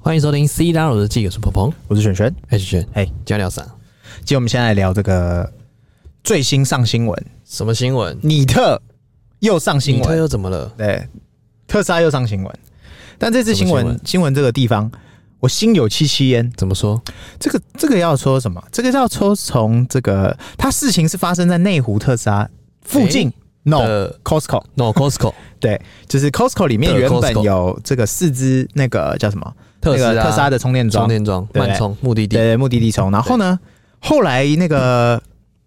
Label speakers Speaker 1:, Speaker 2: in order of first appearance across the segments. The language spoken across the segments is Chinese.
Speaker 1: 欢迎收听《C 大佬的记》，我是鹏鹏，
Speaker 2: 我是璇璇。
Speaker 1: 哎，轩轩，
Speaker 2: 嘿
Speaker 1: 今天聊啥？
Speaker 2: 今天我们先来聊这个最新上新闻，
Speaker 1: 什么新闻？
Speaker 2: 尼特又上新
Speaker 1: 你特
Speaker 2: 闻，
Speaker 1: 又怎么了？
Speaker 2: 对，特斯拉又上新闻。但这次新
Speaker 1: 什么新
Speaker 2: 闻
Speaker 1: 闻
Speaker 2: 新闻这个地方，我心有戚戚焉。
Speaker 1: 怎么说？
Speaker 2: 这个这个要说什么？这个要说从这个，它事情是发生在内湖特斯拉附近、，no
Speaker 1: 呃
Speaker 2: Costco，
Speaker 1: ，No Costco
Speaker 2: 对，就是 Costco 里面
Speaker 1: 的
Speaker 2: 原本
Speaker 1: Costco
Speaker 2: 有这个四支那个叫什么
Speaker 1: 特斯
Speaker 2: 那个
Speaker 1: 拉
Speaker 2: 特斯拉的充电桩
Speaker 1: 充，电桩
Speaker 2: 对
Speaker 1: 慢充目的地
Speaker 2: 对，目的地充。然后呢，后来那个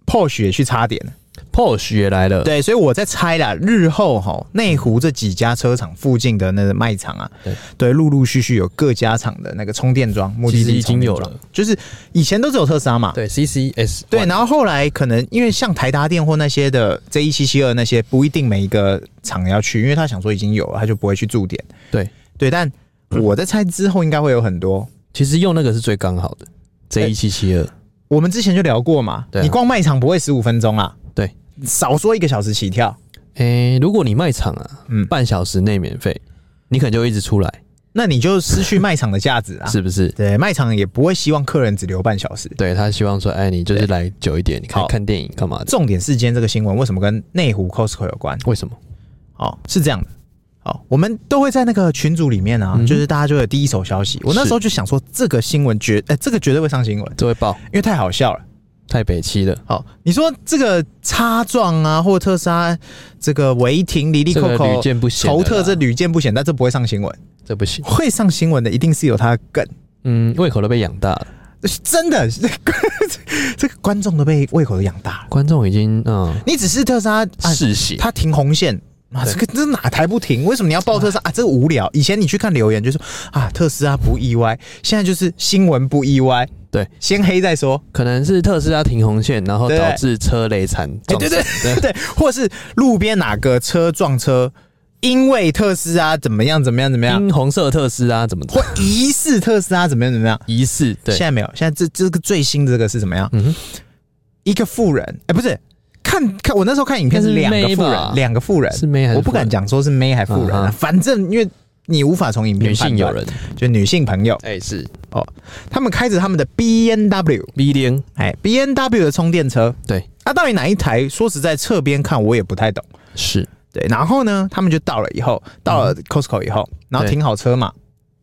Speaker 2: Porsche 也去插点了。
Speaker 1: ，Porsche 也来了，
Speaker 2: 对，所以我在猜啦，日后哈内湖这几家车厂附近的那个卖场啊，
Speaker 1: 对
Speaker 2: 对，陆陆续续有各家厂的那个充电桩，目的
Speaker 1: 其实
Speaker 2: 地
Speaker 1: 已经
Speaker 2: 充电
Speaker 1: 有
Speaker 2: 桩
Speaker 1: 了，
Speaker 2: 就是以前都只有特斯拉嘛。
Speaker 1: 对，CCS
Speaker 2: 对，然后后来可能因为像台达电或那些的 J 一七七二那些，不一定每一个厂要去，因为他想说已经有了，他就不会去驻点。
Speaker 1: 对嗯
Speaker 2: 对，但我在猜之后应该会有很多。
Speaker 1: 其实用那个是最刚好的，J 一七七二，
Speaker 2: 我们之前就聊过嘛，
Speaker 1: 对啊
Speaker 2: 你逛卖场不会十五分钟啦，
Speaker 1: 对，
Speaker 2: 少说一个小时起跳。
Speaker 1: 诶，如果你卖场啊，
Speaker 2: 嗯
Speaker 1: 半小时内免费，你可能就一直出来，
Speaker 2: 那你就失去卖场的价值啊！
Speaker 1: 是不是？
Speaker 2: 对，卖场也不会希望客人只留半小时。
Speaker 1: 对他希望说，哎，你就是来久一点，你看
Speaker 2: 好
Speaker 1: 看电影干嘛的？
Speaker 2: 重点是今天这个新闻为什么跟内湖 Costco 有关？
Speaker 1: 为什么？
Speaker 2: 哦，是这样的。哦，我们都会在那个群组里面啊，
Speaker 1: 嗯
Speaker 2: 就是大家就有第一手消息。我那时候就想说，这个新闻绝，呃，这个绝对会上新闻，
Speaker 1: 这会爆，
Speaker 2: 因为太好笑了。
Speaker 1: 太北七了。
Speaker 2: 好，你说这个擦撞啊，或者特斯拉这个违停、离离
Speaker 1: 这
Speaker 2: 扣
Speaker 1: 个屡
Speaker 2: 扣、
Speaker 1: 见不鲜的啦，
Speaker 2: 仇特，这屡见不鲜，但这不会上新闻。
Speaker 1: 这不行。
Speaker 2: 会上新闻的一定是有它的 梗，
Speaker 1: 嗯，胃口都被养大了，
Speaker 2: 真的， 这个观众都被胃口都养大了。
Speaker 1: 观众已经嗯
Speaker 2: 你只是特斯拉啊，
Speaker 1: 嗜血。
Speaker 2: 他停红线。啊，
Speaker 1: 对
Speaker 2: 这个这哪台不停？为什么你要报特斯拉啊？这个无聊。以前你去看留言就说啊，特斯拉不意外，现在就是新闻不意外，
Speaker 1: 对，
Speaker 2: 先黑再说，
Speaker 1: 可能是特斯拉停红线，然后
Speaker 2: 对哎
Speaker 1: 导致车雷惨撞
Speaker 2: 对
Speaker 1: 死。
Speaker 2: 对
Speaker 1: 对
Speaker 2: 对，或者是路边哪个车撞车，因为特斯拉怎么样怎么样怎么样，
Speaker 1: 因红色特斯拉怎么
Speaker 2: 或疑似特斯拉怎么样怎么样。
Speaker 1: 疑似？对
Speaker 2: 现，在没有，现在这这个最新的这个是怎么样？
Speaker 1: 嗯哼
Speaker 2: 一个富人，哎、不是，看看我那时候看影片是
Speaker 1: 那是
Speaker 2: 两个
Speaker 1: May
Speaker 2: 富
Speaker 1: 吧
Speaker 2: 人，两个富人，
Speaker 1: 是妹还是
Speaker 2: 我不敢
Speaker 1: 夫人
Speaker 2: 讲说是妹还富人、啊
Speaker 1: 嗯哼
Speaker 2: 反正因为你无法从影片
Speaker 1: 女性
Speaker 2: 判
Speaker 1: 友
Speaker 2: 断
Speaker 1: 人，
Speaker 2: 就女性朋友
Speaker 1: 哎是
Speaker 2: 哦，他们开着他们的 B N W，
Speaker 1: V 零，
Speaker 2: 哎，B N W 的充电车，
Speaker 1: 对，
Speaker 2: 那、到底哪一台？说实在，侧边看我也不太懂。
Speaker 1: 是
Speaker 2: 对，然后呢，他们就到了以后，到了 Costco 以后，然后
Speaker 1: 对
Speaker 2: 停好车嘛。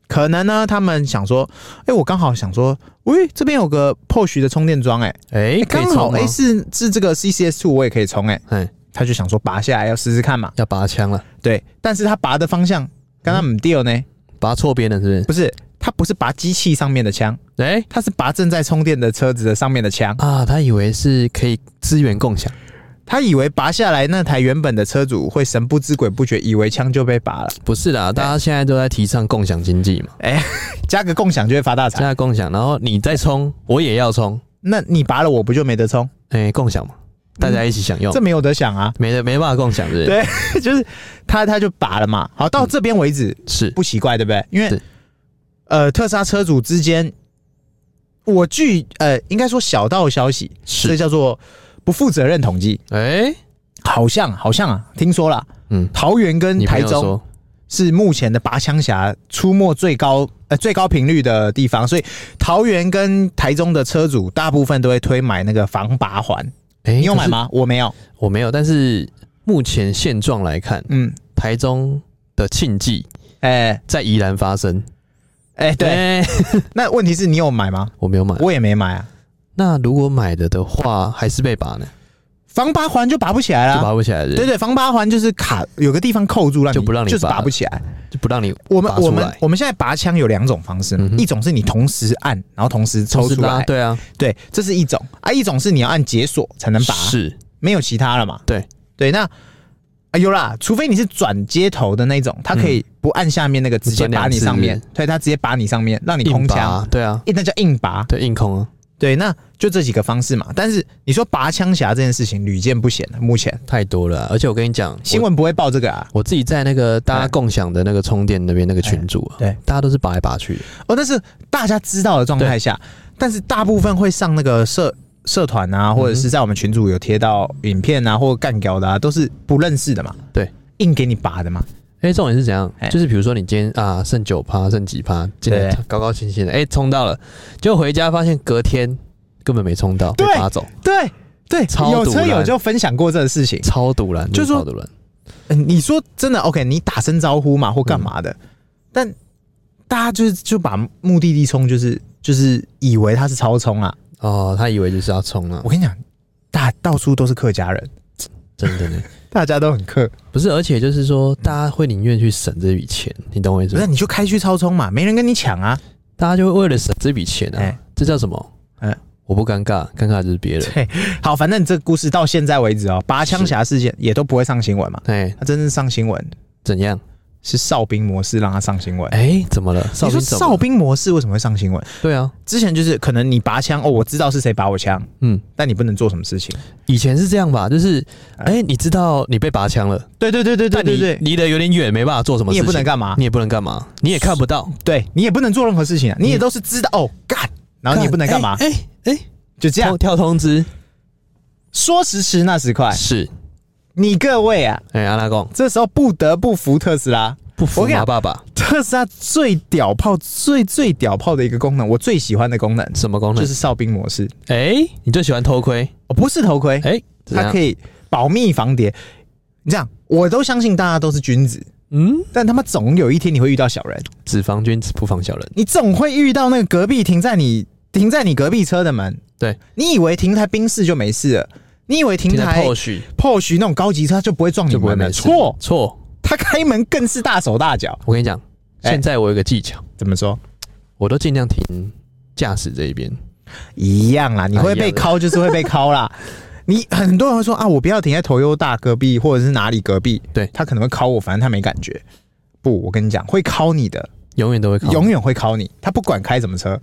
Speaker 2: 可能呢，他们想说，哎、我刚好想说，喂，这边有个 Porsche 的充电桩、哎、
Speaker 1: 哎
Speaker 2: 哎，
Speaker 1: 可以
Speaker 2: 刚好，
Speaker 1: 冲吗
Speaker 2: 哎、是是这个 CCS Two，我也可以充、哎，
Speaker 1: 哎
Speaker 2: 他就想说拔下来要试试看嘛。
Speaker 1: 要拔枪了，
Speaker 2: 对，但是他拔的方向跟他们 deal 呢，
Speaker 1: 拔错边了是不是？
Speaker 2: 不是，他不是拔机器上面的枪，
Speaker 1: 哎
Speaker 2: 他是拔正在充电的车子的上面的枪。
Speaker 1: 啊，他以为是可以资源共享，
Speaker 2: 他以为拔下来那台原本的车主会神不知鬼不觉，以为枪就被拔了，
Speaker 1: 不是啦，大家现在都在提倡共享经济嘛，
Speaker 2: 加个共享就会发大
Speaker 1: 现
Speaker 2: 财。
Speaker 1: 在共享，然后你再冲，我也要冲，
Speaker 2: 那你拔了我不就没得充？
Speaker 1: 哎，共享嘛，大家一起享用
Speaker 2: 这，没有得想啊。
Speaker 1: 没得没办法共享，是不是？
Speaker 2: 对，就是他他就拔了嘛。好，
Speaker 1: 嗯
Speaker 2: 到这边为止、
Speaker 1: 是
Speaker 2: 不奇怪，对不对？因
Speaker 1: 对
Speaker 2: 为呃，特斯拉车主之间，我据呃应该说小道消息，这
Speaker 1: 是，
Speaker 2: 叫做不负责任统计，
Speaker 1: 哎，
Speaker 2: 好像好像啊，听说了，
Speaker 1: 嗯，
Speaker 2: 桃园跟
Speaker 1: 你朋
Speaker 2: 台
Speaker 1: 友
Speaker 2: 中
Speaker 1: 说
Speaker 2: 是目前的拔枪侠出没最高呃最高频率的地方，所以桃园跟台中的车主大部分都会推买那个防拔环。
Speaker 1: 哎，
Speaker 2: 你有
Speaker 1: 可
Speaker 2: 买
Speaker 1: 是
Speaker 2: 吗？我没有。
Speaker 1: 我没有，但是目前现状来看，
Speaker 2: 嗯，
Speaker 1: 台中的庆忌
Speaker 2: 哎、
Speaker 1: 在宜兰发生。
Speaker 2: 哎、对。
Speaker 1: 哎
Speaker 2: 那问题是你有买吗？
Speaker 1: 我没有买。
Speaker 2: 我也没买啊。
Speaker 1: 那如果买的的话，还是被拔呢，
Speaker 2: 防拔环就拔不起来
Speaker 1: 就
Speaker 2: 啦。
Speaker 1: 拔不起来的，
Speaker 2: 啊对对，防拔环就是卡有个地方扣住，让你
Speaker 1: 就不让你
Speaker 2: 就是
Speaker 1: 拔
Speaker 2: 拔不起来。
Speaker 1: 就不让你
Speaker 2: 我们
Speaker 1: 拔出
Speaker 2: 我
Speaker 1: 来
Speaker 2: 们我们现在拔枪有两种方式嘛，
Speaker 1: 嗯哼
Speaker 2: 一种是你同时按，然后同时抽
Speaker 1: 同时
Speaker 2: 出
Speaker 1: 拉
Speaker 2: 来，
Speaker 1: 对啊，
Speaker 2: 对，这是一种啊；一种是你要按解锁才能拔，
Speaker 1: 是
Speaker 2: 没有其他了嘛。
Speaker 1: 对
Speaker 2: 对，那啊有啦，除非你是转接头的那种，它可以不按下面那个，直接
Speaker 1: 嗯转两
Speaker 2: 拔你
Speaker 1: 次
Speaker 2: 上面，对，它直接拔你上面，让你
Speaker 1: 硬
Speaker 2: 空
Speaker 1: 拔
Speaker 2: 枪，，
Speaker 1: 对啊，
Speaker 2: 诶那叫硬拔。
Speaker 1: 对硬空啊，
Speaker 2: 对，那就这几个方式嘛。但是你说拔枪侠这件事情屡见不鲜，目前
Speaker 1: 太多了啊。而且我跟你讲，
Speaker 2: 新
Speaker 1: 我
Speaker 2: 闻不会报这个啊。
Speaker 1: 我自己在那个大家
Speaker 2: 哎
Speaker 1: 共享的那个充电那边那个群组啊，
Speaker 2: 对，
Speaker 1: 大家都是拔来拔去的，
Speaker 2: 哦，但是大家知道的状态下，但是大部分会上那个社社团
Speaker 1: 嗯
Speaker 2: 啊，或者是在我们群组有贴到影片啊，或干掉的啊，都是不认识的嘛。
Speaker 1: 对，
Speaker 2: 硬给你拔的嘛。
Speaker 1: 哎，重点是怎样
Speaker 2: 哎？
Speaker 1: 就是比如说你今天啊剩九趴，剩几趴，进来
Speaker 2: 对
Speaker 1: 高高兴兴的，哎，冲到了，结果回家发现隔天根本没冲到，被
Speaker 2: 对
Speaker 1: 罚走，
Speaker 2: 对对，
Speaker 1: 超
Speaker 2: 有车
Speaker 1: 堵
Speaker 2: 友
Speaker 1: 然
Speaker 2: 就分享过这个事情。
Speaker 1: 超堵然，就
Speaker 2: 就
Speaker 1: 是是
Speaker 2: 说
Speaker 1: 超堵然。
Speaker 2: 嗯，你说真的，OK，你打声招呼嘛，或干嘛的，但大家就是就把目的地冲，就是就是以为他是超冲啊。
Speaker 1: 哦，他以为就是要冲啊了
Speaker 2: 我，跟你讲，大到处都是客家人，
Speaker 1: 真的呢。
Speaker 2: 大家都很客，
Speaker 1: 不是，而且就是说，大家会宁愿去省这笔钱，你懂我意思
Speaker 2: 不
Speaker 1: 吗
Speaker 2: 是？你就开去超冲嘛，没人跟你抢啊。
Speaker 1: 大家就会为了省这笔钱啊，
Speaker 2: 哎
Speaker 1: 这叫什么？
Speaker 2: 哎
Speaker 1: 我不尴尬，尴尬的就是别人。
Speaker 2: 对，好，反正这个故事到现在为止哦，拔枪侠事件也都不会上新闻嘛。
Speaker 1: 哎，
Speaker 2: 他真正上新闻
Speaker 1: 怎样？
Speaker 2: 是哨兵模式让他上新闻。
Speaker 1: 哎，怎么了？
Speaker 2: 你
Speaker 1: 哨
Speaker 2: 说
Speaker 1: 兵怎么
Speaker 2: 哨
Speaker 1: 了？
Speaker 2: 兵模式为什么会上新闻？
Speaker 1: 对啊，
Speaker 2: 之前就是可能你拔枪哦，我知道是谁拔我枪，
Speaker 1: 嗯，
Speaker 2: 但你不能做什么事情。
Speaker 1: 以前是这样吧，就是
Speaker 2: 哎
Speaker 1: 哎，你知道你被拔枪了，
Speaker 2: 对对对对对
Speaker 1: 但
Speaker 2: 对
Speaker 1: 你
Speaker 2: 对，
Speaker 1: 离得有点远，没办法做什么
Speaker 2: 你
Speaker 1: 事
Speaker 2: 也
Speaker 1: 情，
Speaker 2: 不能干嘛
Speaker 1: 你也不能干嘛，你也看不到，
Speaker 2: 对你也不能做任何事情啊，你也都是知道哦干，然后你也不能干嘛，
Speaker 1: 哎哎，哎
Speaker 2: 就这样哎
Speaker 1: 跳。跳通知
Speaker 2: 说时迟那时快，
Speaker 1: 是
Speaker 2: 你各位啊，
Speaker 1: 哎，阿拉贡
Speaker 2: 这时候不得不服特斯拉。
Speaker 1: 不
Speaker 2: 我
Speaker 1: 服
Speaker 2: 跟你
Speaker 1: 马
Speaker 2: 讲
Speaker 1: 爸爸
Speaker 2: 特斯拉最屌炮、最最屌炮的一个功能，我最喜欢的功能
Speaker 1: 什么功能
Speaker 2: 就？是哨兵模式。
Speaker 1: 哎，你就喜欢偷窥？
Speaker 2: 嗯哦，不是头盔，
Speaker 1: 哎，怎
Speaker 2: 它
Speaker 1: 样
Speaker 2: 可以保密防谍。你这样，我都相信大家都是君子，
Speaker 1: 嗯，
Speaker 2: 但他妈总有一天你会遇到小人，
Speaker 1: 只防君子不防小人，
Speaker 2: 你总会遇到那个隔壁停在你停在你隔壁车的门。
Speaker 1: 对，
Speaker 2: 你以为停台宾士就没事了？你以为停
Speaker 1: 听他
Speaker 2: 台
Speaker 1: push
Speaker 2: Porsche 那种高级车就不会撞你
Speaker 1: 就不会
Speaker 2: 们了？
Speaker 1: 没事
Speaker 2: 错，
Speaker 1: 错。
Speaker 2: 他开门更是大手大脚。
Speaker 1: 我跟你讲，
Speaker 2: 哎
Speaker 1: 现在我有一个技巧，
Speaker 2: 怎么说？
Speaker 1: 我都尽量停驾驶这一边。
Speaker 2: 一样啦，你会被敲就是会被敲啦。哎 你很多人会说啊，我不要停在头优大隔壁或者是哪里隔壁，
Speaker 1: 对
Speaker 2: 他可能会敲我，反正他没感觉。不，我跟你讲，会敲你的，
Speaker 1: 永远都会靠
Speaker 2: 永远会敲你，他不管开什么 车。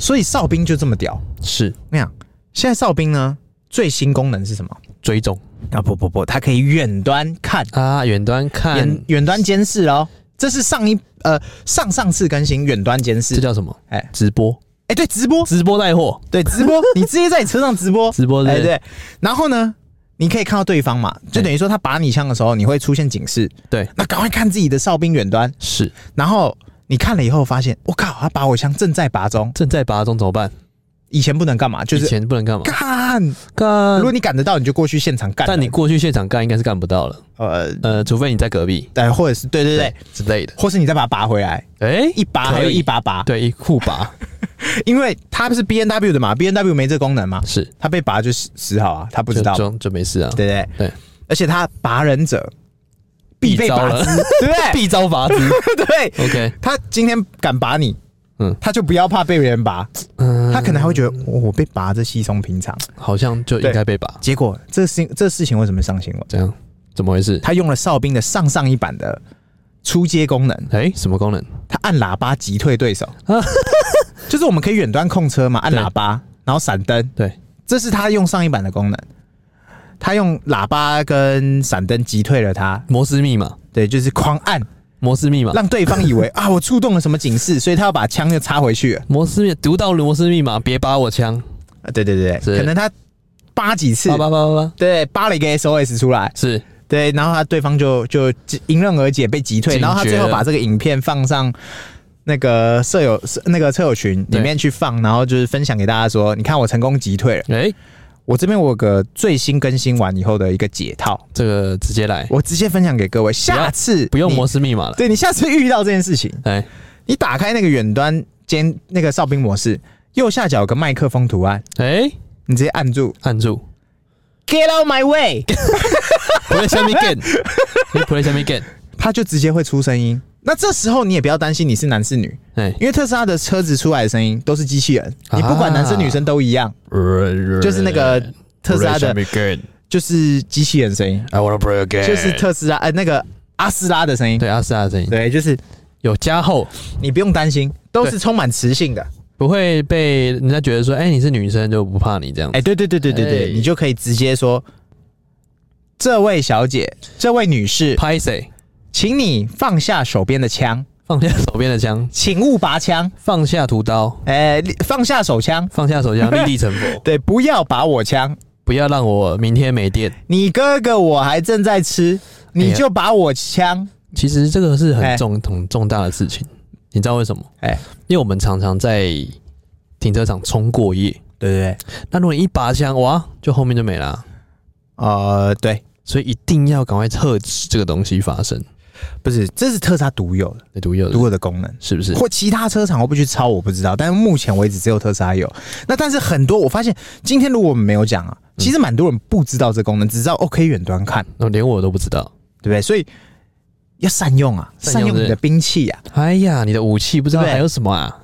Speaker 2: 所以哨兵就这么屌。
Speaker 1: 是
Speaker 2: 我跟你讲，现在哨兵呢最新功能是什么？
Speaker 1: 追踪
Speaker 2: 啊不不不，它可以远端看，
Speaker 1: 啊，远端看
Speaker 2: 远远端监视哦。嗯这是上一呃上上次更新远端监视
Speaker 1: 这，叫什么？
Speaker 2: 哎
Speaker 1: 直播，
Speaker 2: 哎、对，直播，
Speaker 1: 直播带货，
Speaker 2: 对，直播， 你直接在你车上直播，
Speaker 1: 直播
Speaker 2: 哎、
Speaker 1: 是不是
Speaker 2: 对，然后呢，你可以看到对方嘛，就等于说他拔你枪的时候，你会出现警示，
Speaker 1: 对，
Speaker 2: 那赶快看自己的哨兵远端，
Speaker 1: 是
Speaker 2: 然后你看了以后发现，我靠，他拔我枪正在拔中，
Speaker 1: 正在拔中怎么办？
Speaker 2: 以前不能干嘛，就
Speaker 1: 以
Speaker 2: 是
Speaker 1: 前不能干嘛？
Speaker 2: 干，
Speaker 1: 干
Speaker 2: 如，果你赶得到，你就过去现场干了，
Speaker 1: 但你过去现场干应该是干不到了，
Speaker 2: 呃，
Speaker 1: 呃，除非你在隔壁，
Speaker 2: 对，或者是对对对，
Speaker 1: 之类的。
Speaker 2: 或是你再把它拔回来，
Speaker 1: 哎，
Speaker 2: 一拔还有
Speaker 1: 可以
Speaker 2: 一拔拔，
Speaker 1: 对一酷拔
Speaker 2: 因为它是 B N W 的嘛，B N W 没这功能嘛，
Speaker 1: 是
Speaker 2: 它被拔就死死好啊，他不知道嘛，
Speaker 1: 就就就没事啊，
Speaker 2: 对不对？
Speaker 1: 对，
Speaker 2: 而且他拔人者必被
Speaker 1: 招
Speaker 2: 拔
Speaker 1: 了
Speaker 2: 之，，对不 对？
Speaker 1: 必招拔 之。
Speaker 2: 对，
Speaker 1: OK，
Speaker 2: 他今天敢拔你，嗯
Speaker 1: 嗯，
Speaker 2: 他就不要怕被别人拔，
Speaker 1: 嗯，
Speaker 2: 他可能还会觉得、哦我被拔这稀松平常。
Speaker 1: 好像就应该被拔，
Speaker 2: 结果这事这事情为什么上新闻？
Speaker 1: 这样怎么回事？
Speaker 2: 他用了哨兵的上上一版的出街功能，
Speaker 1: 哎，什么功能？
Speaker 2: 他按喇叭击退对 手，就是我们可以远端控车嘛，按
Speaker 1: 对
Speaker 2: 喇叭，然后闪灯，
Speaker 1: 对，
Speaker 2: 这是他用上一版的功能。他用喇叭跟闪灯击退了他，
Speaker 1: 摩斯密码，
Speaker 2: 对，就是狂按，
Speaker 1: 摩斯密码，
Speaker 2: 让对方以 为啊我触动了什么警示，所以他要把枪就插回去了。
Speaker 1: 摩斯密读到摩斯密码，别拔我枪，
Speaker 2: 啊，对对对，对
Speaker 1: 是
Speaker 2: 可能他扒几次
Speaker 1: 叭，叭叭叭叭，
Speaker 2: 对，扒了一个 SOS 出来，
Speaker 1: 是
Speaker 2: 对，然后他对方就就迎刃而解被击退，
Speaker 1: 警觉
Speaker 2: 然后他最后
Speaker 1: 了
Speaker 2: 把这个影片放上那个舍友那个车友群里
Speaker 1: 对
Speaker 2: 面去放，然后就是分享给大家说，你看我成功击退了，
Speaker 1: 哎、
Speaker 2: 我这边我有个最新更新完以后的一个解套，
Speaker 1: 这个直接来，
Speaker 2: 我直接分享给各位，下次
Speaker 1: 不用
Speaker 2: 你
Speaker 1: 摩斯密码了。
Speaker 2: 对你下次遇到这件事情，
Speaker 1: 哎、
Speaker 2: 你打开那个远端监那个哨兵模式，右下角有个麦克风图案，
Speaker 1: 哎、
Speaker 2: 你直接按住
Speaker 1: 按住
Speaker 2: Get out my way。
Speaker 1: ，play 下面 game，你 play 下面 game，
Speaker 2: 它就直接会出声音。那这时候你也不要担心你是男是女，
Speaker 1: 哎、
Speaker 2: 因为特斯拉的车子出来的声音都是机器人，
Speaker 1: 啊
Speaker 2: 你不管男生女生都一样，
Speaker 1: 呃
Speaker 2: 就是那个特斯拉的，就是机器人声音，
Speaker 1: I wanna play a game，
Speaker 2: 就是特斯拉呃那个阿斯拉的声音，
Speaker 1: 对阿斯拉的声音，
Speaker 2: 对，就是
Speaker 1: 有加厚，
Speaker 2: 你不用担心，都是
Speaker 1: 对
Speaker 2: 充满磁性的。
Speaker 1: 不会被人家觉得说，哎、你是女生就不怕你这样子。
Speaker 2: 哎，对对对对对对，
Speaker 1: 哎
Speaker 2: 你就可以直接说。这位小姐，这位女士，
Speaker 1: 拍谁？
Speaker 2: 请你放下手边的枪，
Speaker 1: 放下手边的枪，
Speaker 2: 请勿拔枪，
Speaker 1: 放下屠刀，
Speaker 2: 哎，放下手枪，
Speaker 1: 放下手枪，立地成 佛，
Speaker 2: 对，不要拔我枪，
Speaker 1: 不要让我明天没电。
Speaker 2: 哎你哥哥我还正在吃，你就把我枪
Speaker 1: 其实这个是
Speaker 2: 哎
Speaker 1: 很重、很重大的事情，你知道为什么？
Speaker 2: 哎
Speaker 1: 因为我们常常在停车场冲过夜，
Speaker 2: 对对对，
Speaker 1: 那如果你一拔枪，哇，就后面就没了啊、
Speaker 2: 呃，对，
Speaker 1: 所以一定要赶快遏止这个东西发生。
Speaker 2: 不是，这是特斯拉独有的
Speaker 1: 对，独有的
Speaker 2: 独有的功能。
Speaker 1: 是不是？
Speaker 2: 或其他车厂会不会去抄我不知道，但是目前为止只有特斯拉有。那但是很多我发现，今天如果我们没有讲啊，其实
Speaker 1: 嗯
Speaker 2: 蛮多人不知道这功能，只知道 OK 远端看，
Speaker 1: 那连我都不知道。
Speaker 2: 对不对？所以要善用啊，
Speaker 1: 善用
Speaker 2: 善用
Speaker 1: 是
Speaker 2: 你的兵器啊。
Speaker 1: 哎呀，你的武器不知道
Speaker 2: 对
Speaker 1: 还有什么啊？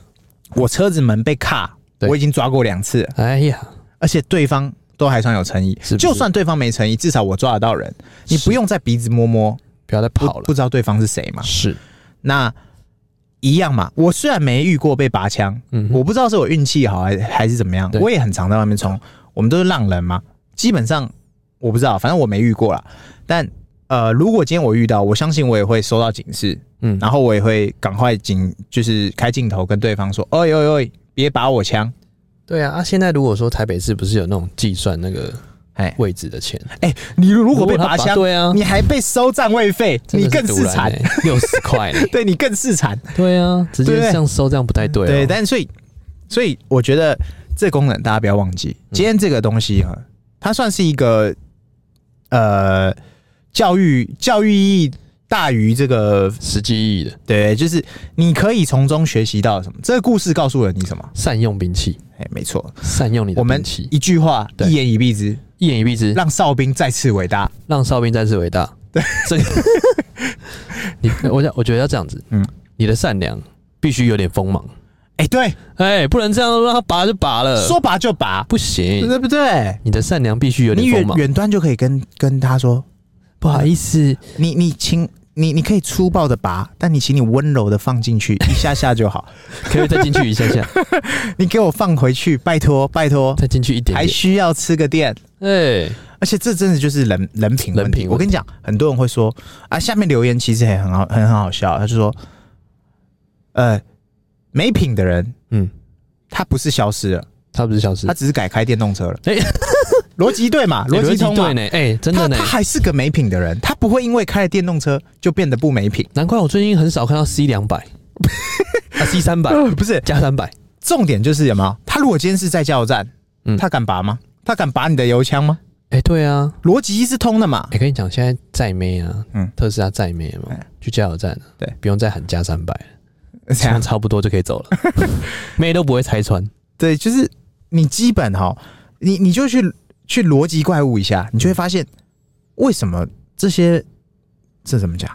Speaker 2: 我车子门被卡，
Speaker 1: 对
Speaker 2: 我已经抓过两次了，
Speaker 1: 哎呀，
Speaker 2: 而且对方都还算有诚意。
Speaker 1: 是不是
Speaker 2: 就算对方没诚意，至少我抓得到人。你
Speaker 1: 是
Speaker 2: 不用再鼻子摸摸，
Speaker 1: 不要再
Speaker 2: 不
Speaker 1: 跑了。
Speaker 2: 不知道对方是谁嘛？
Speaker 1: 是，
Speaker 2: 那一样嘛。我虽然没遇过被拔枪，
Speaker 1: 嗯哼，
Speaker 2: 我不知道是我运气好还还是怎么样，
Speaker 1: 对
Speaker 2: 我也很常在外面冲，我们都是浪人嘛，基本上我不知道，反正我没遇过啦。但呃，如果今天我遇到，我相信我也会收到警示，
Speaker 1: 嗯，
Speaker 2: 然后我也会赶快警，就是开镜头跟对方说，哎呦呦，别拔我枪，
Speaker 1: 对啊。啊，现在如果说台北市不是有那种计算那个
Speaker 2: 哎
Speaker 1: 位置的钱，
Speaker 2: 哎、你如果被
Speaker 1: 他
Speaker 2: 拔枪，
Speaker 1: 对啊，
Speaker 2: 你还被收占位费，
Speaker 1: 真
Speaker 2: 你
Speaker 1: 的
Speaker 2: 更
Speaker 1: 是
Speaker 2: 是
Speaker 1: 堵
Speaker 2: 惨
Speaker 1: 然，欸，六十块呢。
Speaker 2: 对你更是惨，
Speaker 1: 对啊，直接
Speaker 2: 对
Speaker 1: 这样收这样不太对、哦。
Speaker 2: 对，但所以所以我觉得这功能大家不要忘
Speaker 1: 嗯
Speaker 2: 记，今天这个东西哈，它算是一个呃教育教育意义大于这个
Speaker 1: 实际意义的
Speaker 2: 对，就是你可以从中学习到什么。这个故事告诉了你什么？
Speaker 1: 善用兵器，
Speaker 2: 哎、没错，
Speaker 1: 善用你的
Speaker 2: 我们
Speaker 1: 兵器，
Speaker 2: 一句话
Speaker 1: 对
Speaker 2: 一言以蔽之，
Speaker 1: 一言以蔽之，让
Speaker 2: 让哨兵再次伟大。
Speaker 1: 让哨兵再次伟大。对，这个你我想我觉得要这样子，
Speaker 2: 嗯
Speaker 1: 嗯，你的善良必须有点锋芒，
Speaker 2: 哎、对，
Speaker 1: 哎、不能这样让他拔就拔了，
Speaker 2: 说拔就拔，
Speaker 1: 不行，
Speaker 2: 对不对？
Speaker 1: 你的善良必须嗯有
Speaker 2: 你
Speaker 1: 点
Speaker 2: 远
Speaker 1: 锋芒。
Speaker 2: 远端就可以跟跟他说，
Speaker 1: 不好意思，
Speaker 2: 你你请你你可以粗暴的拔，但你请你温柔的放进去一下下就好。
Speaker 1: 可以再进去一下 下，
Speaker 2: 你给我放回去，拜托拜托，
Speaker 1: 再进去一点
Speaker 2: 还
Speaker 1: 点。
Speaker 2: 需要吃个店。
Speaker 1: 哎、
Speaker 2: 而且这真的就是人人品问
Speaker 1: 人
Speaker 2: 题。
Speaker 1: 品问题
Speaker 2: 我跟你讲，很多人会说啊，下面留言其实也很好，很很好笑。他就说，呃，没品的人，
Speaker 1: 嗯，
Speaker 2: 他不是消失了，
Speaker 1: 他不是消哎失
Speaker 2: 他，只是改开电动车了。
Speaker 1: 哎
Speaker 2: 逻辑对嘛？逻辑通嘛
Speaker 1: 对？呢，哎、真的
Speaker 2: 他
Speaker 1: 呢
Speaker 2: 他，还是个没品的人，他不会因为开了电动车就变得不没品。
Speaker 1: 难怪我最近很少看到 C 两 百，啊 C 三百
Speaker 2: 不是，
Speaker 1: 加三百，
Speaker 2: 重点就是什么？他如果今天是在加油站，
Speaker 1: 嗯
Speaker 2: 他敢拔吗？他敢拔你的油枪吗？
Speaker 1: 哎，对啊，
Speaker 2: 逻辑是通的嘛
Speaker 1: 哎、？跟你讲，现在载妹啊，
Speaker 2: 嗯
Speaker 1: 嗯，特斯拉载妹嘛，
Speaker 2: 哎
Speaker 1: 去加油站、啊，
Speaker 2: 对，
Speaker 1: 不用再喊加三百，
Speaker 2: 这
Speaker 1: 这
Speaker 2: 样
Speaker 1: 样差不多就可以 走了，妹都不会拆穿，
Speaker 2: 对，就是你基本哈，你你就去去逻辑怪物一下，你就会发现为什么这些这怎么讲？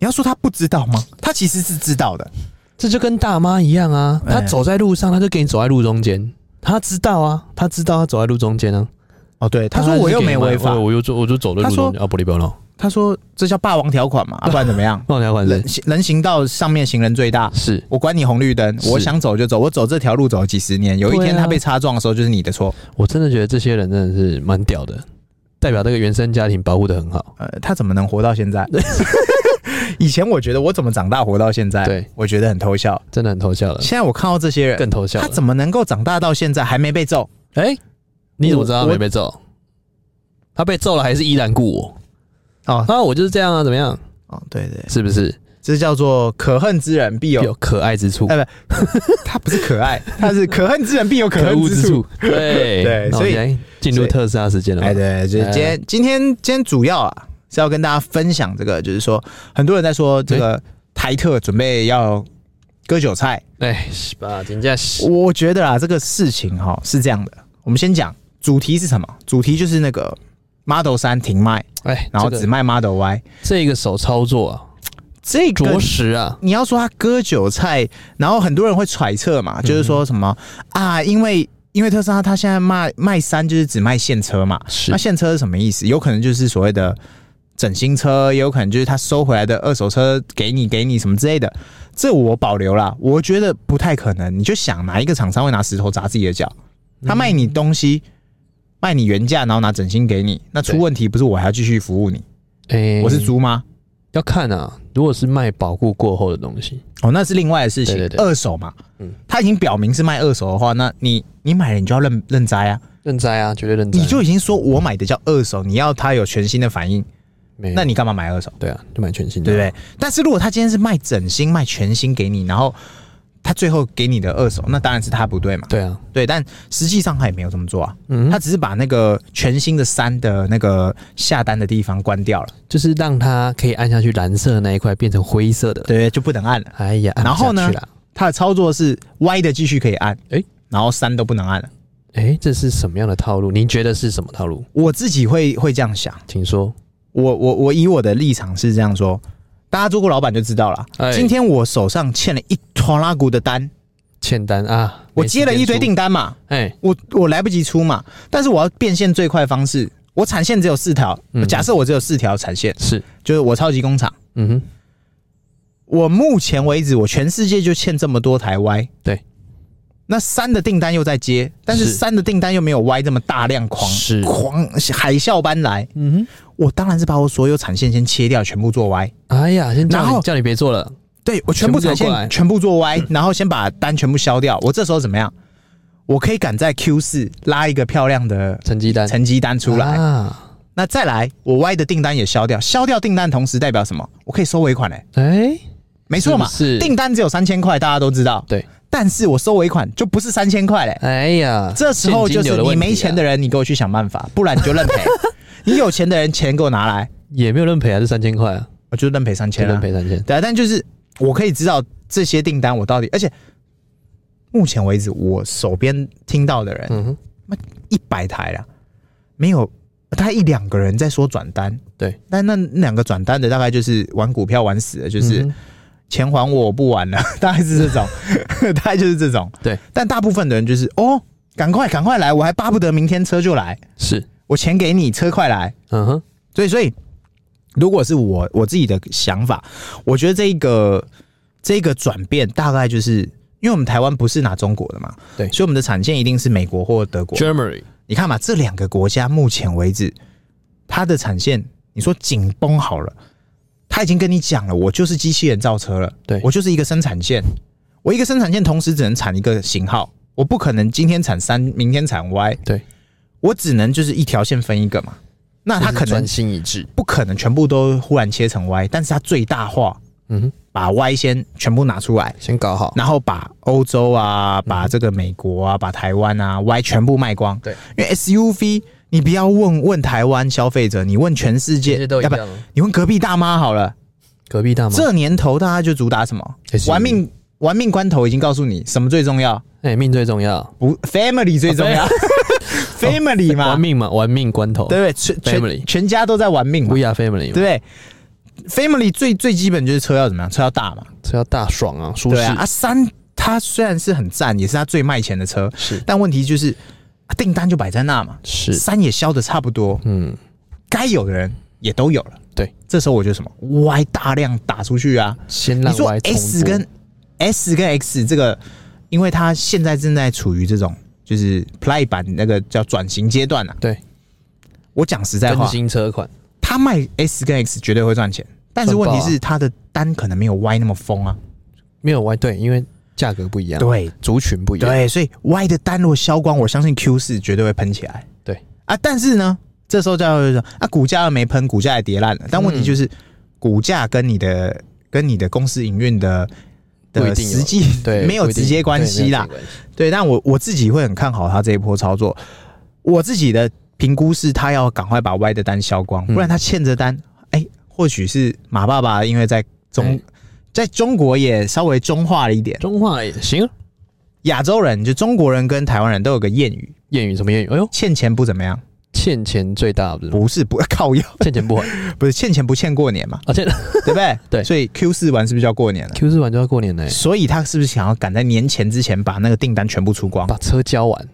Speaker 2: 你要说他不知道吗？他其实是知道的，
Speaker 1: 这就跟大妈一样啊，
Speaker 2: 哎
Speaker 1: 她走在路上，她就给你走在路中间，她知道啊，她知道她走在路中间啊，
Speaker 2: 哦，对，他说我又没违法
Speaker 1: 我，我又走，我就走在路中间啊，不离不饶，？
Speaker 2: 他说这叫霸王条款嘛，啊、不然怎么 样
Speaker 1: 放条管
Speaker 2: 人
Speaker 1: 是
Speaker 2: 行人行道上面行人最大，
Speaker 1: 是，
Speaker 2: 我管你红绿灯，
Speaker 1: 是
Speaker 2: 我想走就走，我走这条路走了几十年，有一天
Speaker 1: 对啊
Speaker 2: 他被擦撞的时候就是你的错。
Speaker 1: 我真的觉得这些人真的是蛮屌的，代表这个原生家庭保护的很好，
Speaker 2: 呃，他怎么能活到现在？ 以前我觉得我怎么长大活到现在，
Speaker 1: 对，
Speaker 2: 我觉得很偷笑。
Speaker 1: 真的很偷笑了，
Speaker 2: 现在我看到这些人，
Speaker 1: 更偷笑
Speaker 2: 他
Speaker 1: 了。
Speaker 2: 怎么能够长大到现在还没被揍？
Speaker 1: 哎、你怎么知道
Speaker 2: 我
Speaker 1: 他没被揍？他被揍了还是依然故我？
Speaker 2: 哦
Speaker 1: 啊，我就是这样啊，怎么样？
Speaker 2: 哦，对对，
Speaker 1: 是不是
Speaker 2: 这叫做可恨之人必有，
Speaker 1: 有可爱 之处
Speaker 2: 哎、？不，他不是可爱， 他是可恨之人必有可恨
Speaker 1: 恶
Speaker 2: 之处。，
Speaker 1: 对
Speaker 2: 对
Speaker 1: 那我
Speaker 2: 所以
Speaker 1: 们现在进入
Speaker 2: 所以
Speaker 1: 特斯拉时间了嘛
Speaker 2: 哎，，对，就是今天、今天今天主要啊是要跟大家分享这个，就是说很多人在说这个台特准备要割韭菜，
Speaker 1: 哎，是吧？人家是
Speaker 2: 我觉得啊这个事情哈是这样的，我们先讲主题是什么？主题就是那个 Model 三停卖，
Speaker 1: 哎，
Speaker 2: 然后
Speaker 1: 这个
Speaker 2: 只卖 Model Y，
Speaker 1: 这个手操作啊，
Speaker 2: 这个
Speaker 1: 着实啊，
Speaker 2: 你要说他割韭菜，然后很多人会揣测
Speaker 1: 嗯
Speaker 2: 嘛，就是说什么、啊，因为因为特斯拉它现在卖卖三就是只卖现车嘛，
Speaker 1: 是
Speaker 2: 那现车是什么意思？有可能就是所谓的整新车，也有可能就是他收回来的二手车给你给你什么之类的，这我保留啦，我觉得不太可能。你就想哪一个厂商会拿石头砸自己的脚？
Speaker 1: 嗯
Speaker 2: 他卖你东西。卖你原价，然后拿整新给你，那出
Speaker 1: 对
Speaker 2: 问题不是我还要继续服务你，
Speaker 1: 哎，
Speaker 2: 我是猪吗？
Speaker 1: 要看啊，如果是卖保固过后的东西，
Speaker 2: 哦，那是另外的事情，
Speaker 1: 对对对
Speaker 2: 二手嘛，
Speaker 1: 嗯
Speaker 2: 他已经表明是卖二手的话，那你你买了你就要认认栽啊，
Speaker 1: 认栽啊，绝对认栽，
Speaker 2: 你就已经说我买的叫二手，你要他有全新的反应，
Speaker 1: 没有
Speaker 2: 那你干嘛买二手？
Speaker 1: 对啊，就买全新的，
Speaker 2: 对不对？但是如果他今天是卖整新、卖全新给你，然后他最后给你的二手，那当然是他不对嘛。
Speaker 1: 对啊，
Speaker 2: 对，但实际上他也没有这么做啊，
Speaker 1: 嗯，
Speaker 2: 他
Speaker 1: 他
Speaker 2: 只是把那个全新的三的那个下单的地方关掉了，
Speaker 1: 就是让它可以按下去，蓝色的那一块变成灰色的。
Speaker 2: 对，就不能按了。
Speaker 1: 哎呀，按不
Speaker 2: 然后呢
Speaker 1: 下去啦？
Speaker 2: 他的操作是 Y 的继续可以按，
Speaker 1: 诶
Speaker 2: 然后三都不能按了。
Speaker 1: 哎，这是什么样的套路？您觉得是什么套路？
Speaker 2: 我自己会会这样想，
Speaker 1: 请说。
Speaker 2: 我我我以我的立场是这样说，大家做过老板就知道了。
Speaker 1: 哎
Speaker 2: 今天我手上欠了一拖拉股的单，
Speaker 1: 欠单啊，
Speaker 2: 我接了一堆
Speaker 1: 没时间
Speaker 2: 订单嘛，
Speaker 1: 出，哎，
Speaker 2: 我我来不及出嘛，但是我要变现最快方式，我产线只有四条，
Speaker 1: 嗯
Speaker 2: 假设我只有四条产线，
Speaker 1: 是，
Speaker 2: 就是我超级工厂。
Speaker 1: 嗯哼，
Speaker 2: 我目前为止，我全世界就欠这么多台 Y。
Speaker 1: 对，
Speaker 2: 那三的订单又在接，但是
Speaker 1: 是
Speaker 2: 三的订单又没有 Y 这么大量狂
Speaker 1: 是
Speaker 2: 狂海啸般来。
Speaker 1: 嗯
Speaker 2: 我当然是把我所有产线先切掉，全部做 Y。
Speaker 1: 哼，哎呀，先
Speaker 2: 然
Speaker 1: 叫
Speaker 2: 后
Speaker 1: 你叫你别做了，
Speaker 2: 对我全部
Speaker 1: 全部
Speaker 2: 产
Speaker 1: 做过来嗯
Speaker 2: 线全部做 Y，然后先把单全部消掉。我这时候怎么样？我可以赶在 Q 四拉一个漂亮的
Speaker 1: 成绩单
Speaker 2: 成绩单出来。
Speaker 1: 啊，
Speaker 2: 那再来，我 Y 的订单也消掉，消掉订单同时代表什么？我可以收尾款嘞、欸
Speaker 1: 哎，
Speaker 2: 没错嘛，
Speaker 1: 是不是
Speaker 2: 订单只有三千块，大家都知道。
Speaker 1: 对，
Speaker 2: 但是我收尾款就不是三千块嘞。
Speaker 1: 哎呀，
Speaker 2: 这时候
Speaker 1: 现
Speaker 2: 就
Speaker 1: 金流
Speaker 2: 是
Speaker 1: 的
Speaker 2: 你
Speaker 1: 问题啊
Speaker 2: 没钱的人，你给我去想办法，不然你就认 赔。你有钱的人，钱给我拿来，
Speaker 1: 也没有认赔啊，这三千块啊，
Speaker 2: 我就认赔三千
Speaker 1: 就认
Speaker 2: 了。
Speaker 1: 赔三千，
Speaker 2: 对啊，但就是我可以知道这些订单我到底，而且目前为止我手边听到的人
Speaker 1: 嗯哼，
Speaker 2: 一百台了，没有他一两个人在说转单，
Speaker 1: 对，
Speaker 2: 但那两个转单的大概就是玩股票玩死了，就是。
Speaker 1: 嗯哼
Speaker 2: 钱还我，我不玩了， 大概是这 种，大概就是这种。
Speaker 1: 对，
Speaker 2: 但大部分的人就是哦，赶快赶快来，我还巴不得明天车就来，
Speaker 1: 是，
Speaker 2: 我钱给你，车快来。
Speaker 1: 嗯哼，
Speaker 2: 所以所以，如果是我我自己的想法，我觉得这一个这一个转变大概就是因为我们台湾不是拿中国的嘛，
Speaker 1: 对
Speaker 2: 所以我们的产线一定是美国或德国。
Speaker 1: Germany
Speaker 2: 你看嘛，这两个国家目前为止，它的产线你说紧绷好了，他已经跟你讲了，我就是机器人造车了，
Speaker 1: 对
Speaker 2: 我就是一个生产线，我一个生产线同时只能产一个型号，我不可能今天产三，明天产 Y，
Speaker 1: 对，
Speaker 2: 我只能就是一条线分一个嘛。那
Speaker 1: 就
Speaker 2: 他
Speaker 1: 是
Speaker 2: 可能
Speaker 1: 专心一致，
Speaker 2: 不可能全部都忽然切成 Y，但是他最大化
Speaker 1: 嗯哼，
Speaker 2: 把 Y 先全部拿出来，
Speaker 1: 先搞好，
Speaker 2: 然后把欧洲啊，把这个美国啊，把台湾啊，Y 全部卖光。
Speaker 1: 对，
Speaker 2: 因为 SUV，你不要问问台湾消费者，你问全世
Speaker 1: 这
Speaker 2: 界
Speaker 1: 些，都一
Speaker 2: 要不
Speaker 1: 样嗯
Speaker 2: 然，你问隔壁大妈好了。
Speaker 1: 隔壁大妈，
Speaker 2: 这年头大家就主打什么？
Speaker 1: SUV
Speaker 2: 玩命玩命关头已经告诉你什么最重要，
Speaker 1: 哎，命最重要，
Speaker 2: 不 family 最重要、f a m i l y 嘛
Speaker 1: 玩，命嘛，玩命关头
Speaker 2: 对不对？全
Speaker 1: 哦 Family
Speaker 2: 全全家都在玩命嘛，
Speaker 1: ，We are family
Speaker 2: 对
Speaker 1: 嘛
Speaker 2: 不，对？family 最最基本就是车要怎么样？车要大嘛，
Speaker 1: 这要大爽啊，舒
Speaker 2: 对
Speaker 1: 适
Speaker 2: 啊。啊三，它虽然是很赞，也是它最卖钱的车，
Speaker 1: 是
Speaker 2: 但问题就是啊订单就摆在那嘛，
Speaker 1: 是，
Speaker 2: 三也消的差不多，
Speaker 1: 嗯，
Speaker 2: 该有的人也都有了。
Speaker 1: 对，
Speaker 2: 这时候我就什么 Y 大量打出去啊，
Speaker 1: 先
Speaker 2: 你
Speaker 1: 让
Speaker 2: 说
Speaker 1: Y 重
Speaker 2: S
Speaker 1: 播
Speaker 2: 跟 S 跟 X 这个，因为它现在正在处于这种就是 Play 版那个叫转型阶段啊。
Speaker 1: 对
Speaker 2: 我讲实在
Speaker 1: 更
Speaker 2: 话，
Speaker 1: 新车款，
Speaker 2: 他卖 S 跟 X 绝对会赚钱，啊但是问题是他的单可能没有 Y 那么疯啊。
Speaker 1: 没有 Y 对，因为价格不一样，
Speaker 2: 对
Speaker 1: 族群不一样，
Speaker 2: 对，所以 Y 的单如果销光，我相信 Q 四绝对会喷起来。
Speaker 1: 对
Speaker 2: 啊，但是呢，这时候就要有一种啊，股价又没喷，股价也跌烂了。但问题就是，股价跟你的跟你的公司营运的
Speaker 1: 不一
Speaker 2: 的
Speaker 1: 定有
Speaker 2: 实际
Speaker 1: 对，
Speaker 2: 没有
Speaker 1: 不一定
Speaker 2: 直接关系啦
Speaker 1: 对。没有直接关系
Speaker 2: 对，但我我自己会很看好他这一波操作。我自己的评估是，他要赶快把 Y 的单销光，
Speaker 1: 嗯
Speaker 2: 不然他欠着单，哎、或许是马爸爸因为在中、
Speaker 1: 哎
Speaker 2: 在中国也稍微中化了一点。
Speaker 1: 中化也行，啊
Speaker 2: 亚洲人就中国人跟台湾人都有个谚语：
Speaker 1: 谚语什么谚语？哎呦，
Speaker 2: 欠钱不怎么样，
Speaker 1: 欠钱最大不是吗
Speaker 2: 不 是不靠腰，
Speaker 1: 欠钱不还，
Speaker 2: 不是欠钱不欠过年嘛，
Speaker 1: 而且
Speaker 2: 对不对？
Speaker 1: 对
Speaker 2: 所以 Q 四完是不是就要过年了？
Speaker 1: Q 四完就要过年嘞，
Speaker 2: 所以他是不是想要赶在年前之前把那个订单全部出光，
Speaker 1: 把车交完，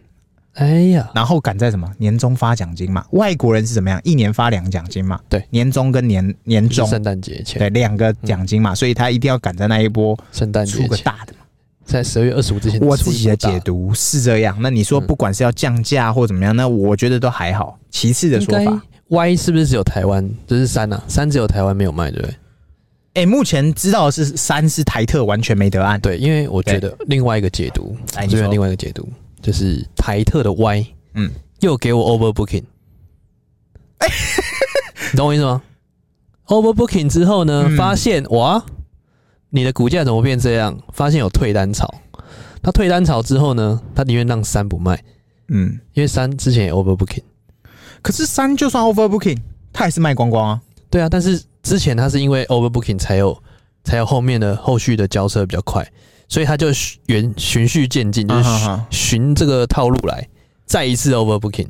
Speaker 1: 哎呀，
Speaker 2: 然后赶在什么年终发奖金嘛？外国人是怎么样？一年发两奖金嘛？
Speaker 1: 对，
Speaker 2: 年终跟年年
Speaker 1: 就是嗯
Speaker 2: 终
Speaker 1: 圣诞节前，
Speaker 2: 对两个奖金嘛，所以他一定要赶在那一波
Speaker 1: 圣诞
Speaker 2: 出
Speaker 1: 节
Speaker 2: 个
Speaker 1: 前，
Speaker 2: 大的嘛。
Speaker 1: 在十二月二十五之前出一波
Speaker 2: 我
Speaker 1: 大的，
Speaker 2: 自己的解读是这样，那你说
Speaker 1: 嗯
Speaker 2: 不管是要降价或怎么样，那我觉得都还好。其次的
Speaker 1: 应
Speaker 2: 说
Speaker 1: 该
Speaker 2: 法，
Speaker 1: Y 是不是只有台湾？这是三啊，三只有台湾没有卖，对不对？
Speaker 2: 哎、目前知道的是三是台特完全没得按，
Speaker 1: 对，因为我觉得另外一个解读，
Speaker 2: 哎
Speaker 1: 这
Speaker 2: 你说
Speaker 1: 边另外一个解读就是台特的 Y，
Speaker 2: 嗯，哎
Speaker 1: 又给我 overbooking，你懂我意思吗？ overbooking 之后呢，
Speaker 2: 嗯
Speaker 1: 发现哇，你的股价怎么变这样？发现有退单潮。他退单潮之后呢，他宁愿让三不卖，
Speaker 2: 嗯，
Speaker 1: 因为三之前也 overbooking。
Speaker 2: 可是三就算 overbooking，它也是卖光光啊。
Speaker 1: 对啊，但是之前他是因为 overbooking 才有才有后面的后续的交车比较快，所以他就循原循序渐进，就是
Speaker 2: 啊
Speaker 1: 循
Speaker 2: 哈哈
Speaker 1: 循这个套路来，再一次 overbooking，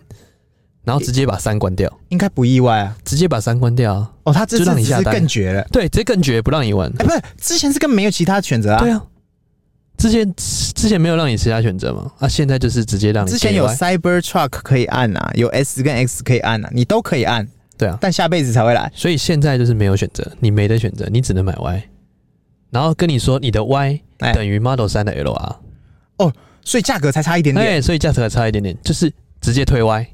Speaker 1: 然后直接把三关掉，
Speaker 2: 应该不意外啊。
Speaker 1: 直接把三关掉啊！
Speaker 2: 哦，他这
Speaker 1: 就
Speaker 2: 次
Speaker 1: 让你
Speaker 2: 只
Speaker 1: 下
Speaker 2: 是
Speaker 1: 单
Speaker 2: 更绝了。
Speaker 1: 对，直接更绝不让你玩。
Speaker 2: 哎、不是，之前是根本没有其他选择啊。
Speaker 1: 对啊，之前之前没有让你其他选择嘛，啊，现在就是直接让你
Speaker 2: 之前有
Speaker 1: DIY
Speaker 2: Cyber Truck 可以按啊，有 S 跟 X 可以按啊，你都可以按，
Speaker 1: 对啊，
Speaker 2: 但下辈子才会来。
Speaker 1: 所以现在就是没有选择，你没得选择，你只能买 Y，然后跟你说你的 Y
Speaker 2: 哎
Speaker 1: 等于 Model 三的 LR，
Speaker 2: 所以价格才差一点点，
Speaker 1: 哎，所以价格差一点点，就是直接推 Y，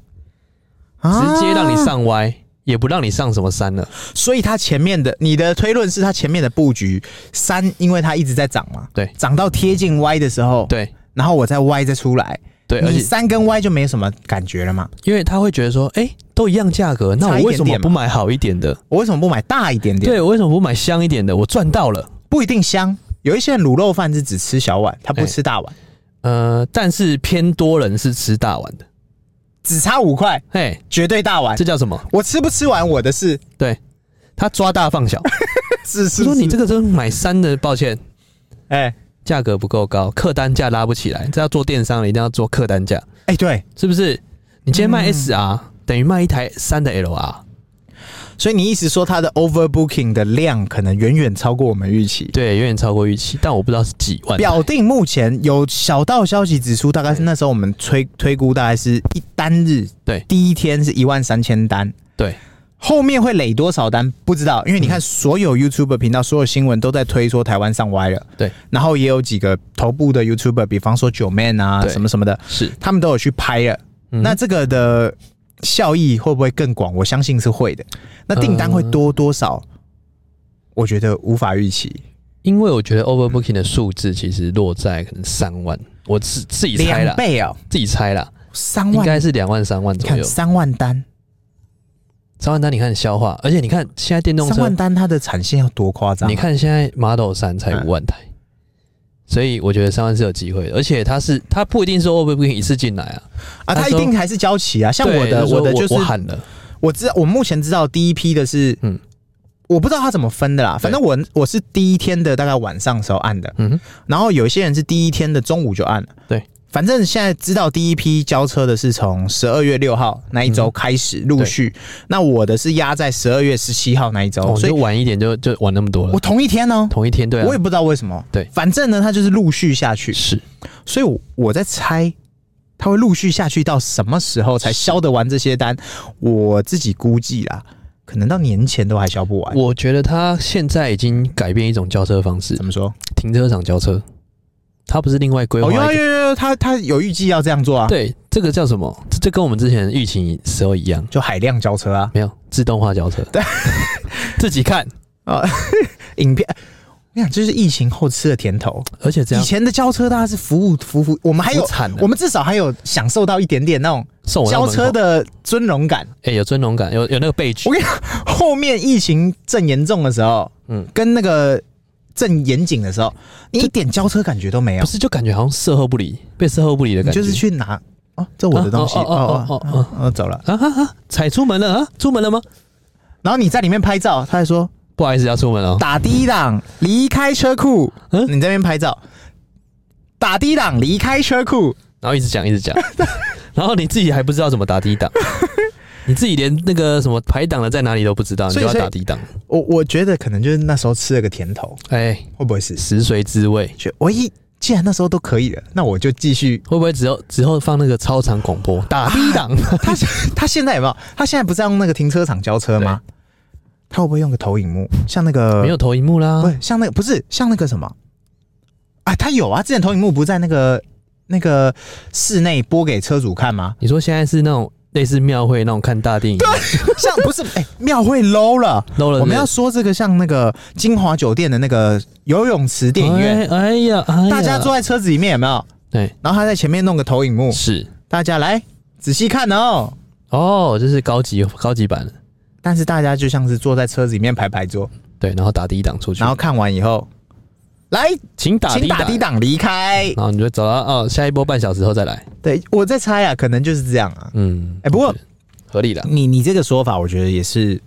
Speaker 2: 啊
Speaker 1: 直接让你。上 Y，也不让你上什么三了，
Speaker 2: 所以它前面的，你的推论是它前面的布局三，因为它一直在涨嘛，
Speaker 1: 对
Speaker 2: 涨到贴近 Y 的时候，，
Speaker 1: 对
Speaker 2: 然后我再 Y 再出来，
Speaker 1: 对，而
Speaker 2: 你
Speaker 1: 且
Speaker 2: 三跟 Y 就没什么感觉了嘛。
Speaker 1: 因为他会觉得说，哎，都一样价格，那
Speaker 2: 差一
Speaker 1: 我为什
Speaker 2: 点
Speaker 1: 么
Speaker 2: 点嘛
Speaker 1: 不买好一点的？
Speaker 2: 我为什么不买大一点点？，
Speaker 1: 对，我为什么不买香一点的？我赚到了。
Speaker 2: 不一定香。有一些人卤肉饭是只吃小碗，他不
Speaker 1: 哎
Speaker 2: 吃大碗，
Speaker 1: 呃，但是偏多人是吃大碗的，
Speaker 2: 只差五块，
Speaker 1: 哎，
Speaker 2: 绝对大碗
Speaker 1: 这。叫什么？
Speaker 2: 我吃不吃完我的事，
Speaker 1: 对他抓大放 小，
Speaker 2: 是是
Speaker 1: 他说
Speaker 2: 是
Speaker 1: 你这个真买三的，抱歉，
Speaker 2: 哎、
Speaker 1: 价格不够高，客单价拉不起来。这要做电商的，一定要做客单价，
Speaker 2: 哎、对，
Speaker 1: 是不是？你今天卖
Speaker 2: 嗯
Speaker 1: SR、等于卖一台三的 LR，
Speaker 2: 所以你意思说它的 overbooking 的量可能远远超过我们预期。
Speaker 1: 对，远远超过预期，但我不知道是几万台。
Speaker 2: 表定目前有小道消息指出，大概是那时候我们推推估大概是一单日，
Speaker 1: 对
Speaker 2: 第一天是一万三千单，
Speaker 1: 对，
Speaker 2: 后面会累多少单不知道，因为你看所有 YouTube 频道、所有新闻都在推说台湾上歪了，
Speaker 1: 对，
Speaker 2: 然后也有几个头部的 YouTuber，比方说九 man 啊
Speaker 1: 对
Speaker 2: 什么什么的，
Speaker 1: 是
Speaker 2: 他们都有去拍了，
Speaker 1: 嗯
Speaker 2: 那这个的效益会不会更广？我相信是会的。那订单会多多少？我觉得无法预期。
Speaker 1: 因为我觉得 overbooking 的数字其实落在可能三万，我自自己猜
Speaker 2: 两
Speaker 1: 啦，
Speaker 2: 倍哦，
Speaker 1: 自己猜啦，
Speaker 2: 三
Speaker 1: 应
Speaker 2: 万，
Speaker 1: 该是两万三万
Speaker 2: 你
Speaker 1: 左
Speaker 2: 看
Speaker 1: 右。
Speaker 2: 三万单，
Speaker 1: 三万单，你看消化，而且你看现在电动
Speaker 2: 三
Speaker 1: 车
Speaker 2: 万单它的产线要多夸张啊？
Speaker 1: 你看现在 Model 三才五万台，所以我觉得三万是有机会的，而且它是它不一定是 overbooking 一次进来啊，
Speaker 2: 啊，
Speaker 1: 那
Speaker 2: 它一
Speaker 1: 时候
Speaker 2: 定还是交期啊。像
Speaker 1: 对
Speaker 2: 我的，
Speaker 1: 是说
Speaker 2: 的
Speaker 1: 我
Speaker 2: 就是
Speaker 1: 我喊了，
Speaker 2: 我知道，我目前知道第一批的是，
Speaker 1: 嗯
Speaker 2: 我不知道它怎么分的啦。反正我我是第一天的大概晚上的时候按的，
Speaker 1: 嗯哼，
Speaker 2: 然后有一些人是第一天的中午就按了。
Speaker 1: 对，
Speaker 2: 反正现在知道第一批交车的是从十二月六号那一周开始陆续，那我的是压在十二月十七号那一周，
Speaker 1: 嗯哦、
Speaker 2: 所
Speaker 1: 所
Speaker 2: 以
Speaker 1: 以晚一点就就晚那么多
Speaker 2: 我
Speaker 1: 了，
Speaker 2: 同一天呢、
Speaker 1: 同一天对啊，
Speaker 2: 我也不知道为什么。
Speaker 1: 对
Speaker 2: 反正呢，它就是陆续下去，
Speaker 1: 是
Speaker 2: 所以我我在猜。它会陆续下去到什么时候才销得完这些单？我自己估计啦，可能到年前都还销不完。
Speaker 1: 我觉得它现在已经改变一种交车方式
Speaker 2: 怎，么说？
Speaker 1: 停车场交车，它不是另外规划
Speaker 2: 哦，
Speaker 1: 一
Speaker 2: 有
Speaker 1: 个、
Speaker 2: 啊有有有，他他有预计要这样做啊，
Speaker 1: 对，这个叫什么？这这跟我们之前疫情时候一样，
Speaker 2: 就海量交车啊。
Speaker 1: 没有自动化交车，
Speaker 2: 对，
Speaker 1: 自己看，
Speaker 2: 影片。我想这是疫情后吃的甜头。
Speaker 1: 而且这
Speaker 2: 以
Speaker 1: 样
Speaker 2: 前的交车大家是服务服服，我们还有
Speaker 1: 好惨啊
Speaker 2: 我们至少还有享受到一点点那哦
Speaker 1: 送
Speaker 2: 种
Speaker 1: 我到
Speaker 2: 交
Speaker 1: 门
Speaker 2: 车
Speaker 1: 口，
Speaker 2: 的尊荣感。
Speaker 1: 哎、有尊荣感，有有那个被举
Speaker 2: 我，跟你讲，后面疫情正严重的时候，嗯
Speaker 1: 嗯，
Speaker 2: 跟那个正严谨的时候，你一点交车感觉都没有
Speaker 1: 不，是，就感觉好像售后不理，被售后不理的
Speaker 2: 你
Speaker 1: 感觉，
Speaker 2: 就是去拿哦，这我的东西
Speaker 1: 啊
Speaker 2: 哦
Speaker 1: 哦
Speaker 2: 哦
Speaker 1: 哦哦
Speaker 2: 哦哦走了。
Speaker 1: 啊哈哈，踩出门了啊，出门了吗？
Speaker 2: 然后你在里面拍照，他还说
Speaker 1: 不好意思，要出门了哦。
Speaker 2: 打低档离开车库，
Speaker 1: 嗯
Speaker 2: 你在那边拍照，打低档离开车库，
Speaker 1: 然后一直讲，一直 讲，然后你自己还不知道怎么打低档，你自己连那个什么排档的在哪里都不知道，你
Speaker 2: 所
Speaker 1: 就
Speaker 2: 以
Speaker 1: 要
Speaker 2: 所以
Speaker 1: 打低档，
Speaker 2: 我我觉得可能就是那时候吃了个甜头，
Speaker 1: 哎、
Speaker 2: 会不会是？
Speaker 1: 食髓知味，
Speaker 2: 就我一既然那时候都可以了，那我就继 续。
Speaker 1: 会不会只有之后放那个超长广播打低 档？
Speaker 2: 他他现在有没有？他现在不是要用那个停车场交车吗？他会不会用个投影幕？像那个
Speaker 1: 没有投荧幕啦？
Speaker 2: 不，是像那个不是像那个什么啊？他有啊，之前投影幕不是在那个那个室内播给车主看吗
Speaker 1: 你说现在是那种类似庙会那种看大电影
Speaker 2: 像不是哎庙、会 low 了。
Speaker 1: ，low 了是不是，
Speaker 2: 我们要说这个像那个金华酒店的那个游泳池电影院，
Speaker 1: 哎，哎呀，哎呀
Speaker 2: 大家坐在车子里面有没有？
Speaker 1: 对
Speaker 2: 然后他在前面弄个投影幕，
Speaker 1: 是
Speaker 2: 大家来仔细看哦。
Speaker 1: 哦，这是高级高级版的，
Speaker 2: 但是大家就像是坐在车子里面排排坐，
Speaker 1: 对，然后打低档出去，
Speaker 2: 然后看完以后，来，
Speaker 1: 请打
Speaker 2: 请
Speaker 1: 低
Speaker 2: 打
Speaker 1: 档
Speaker 2: 低，档离开。
Speaker 1: 然后你就找到哦，下一波半小时后再来，
Speaker 2: 对我在猜啊，可能就是这样啊。
Speaker 1: 嗯，
Speaker 2: 哎、不过
Speaker 1: 合理的。
Speaker 2: 你你这个说法，我觉得也是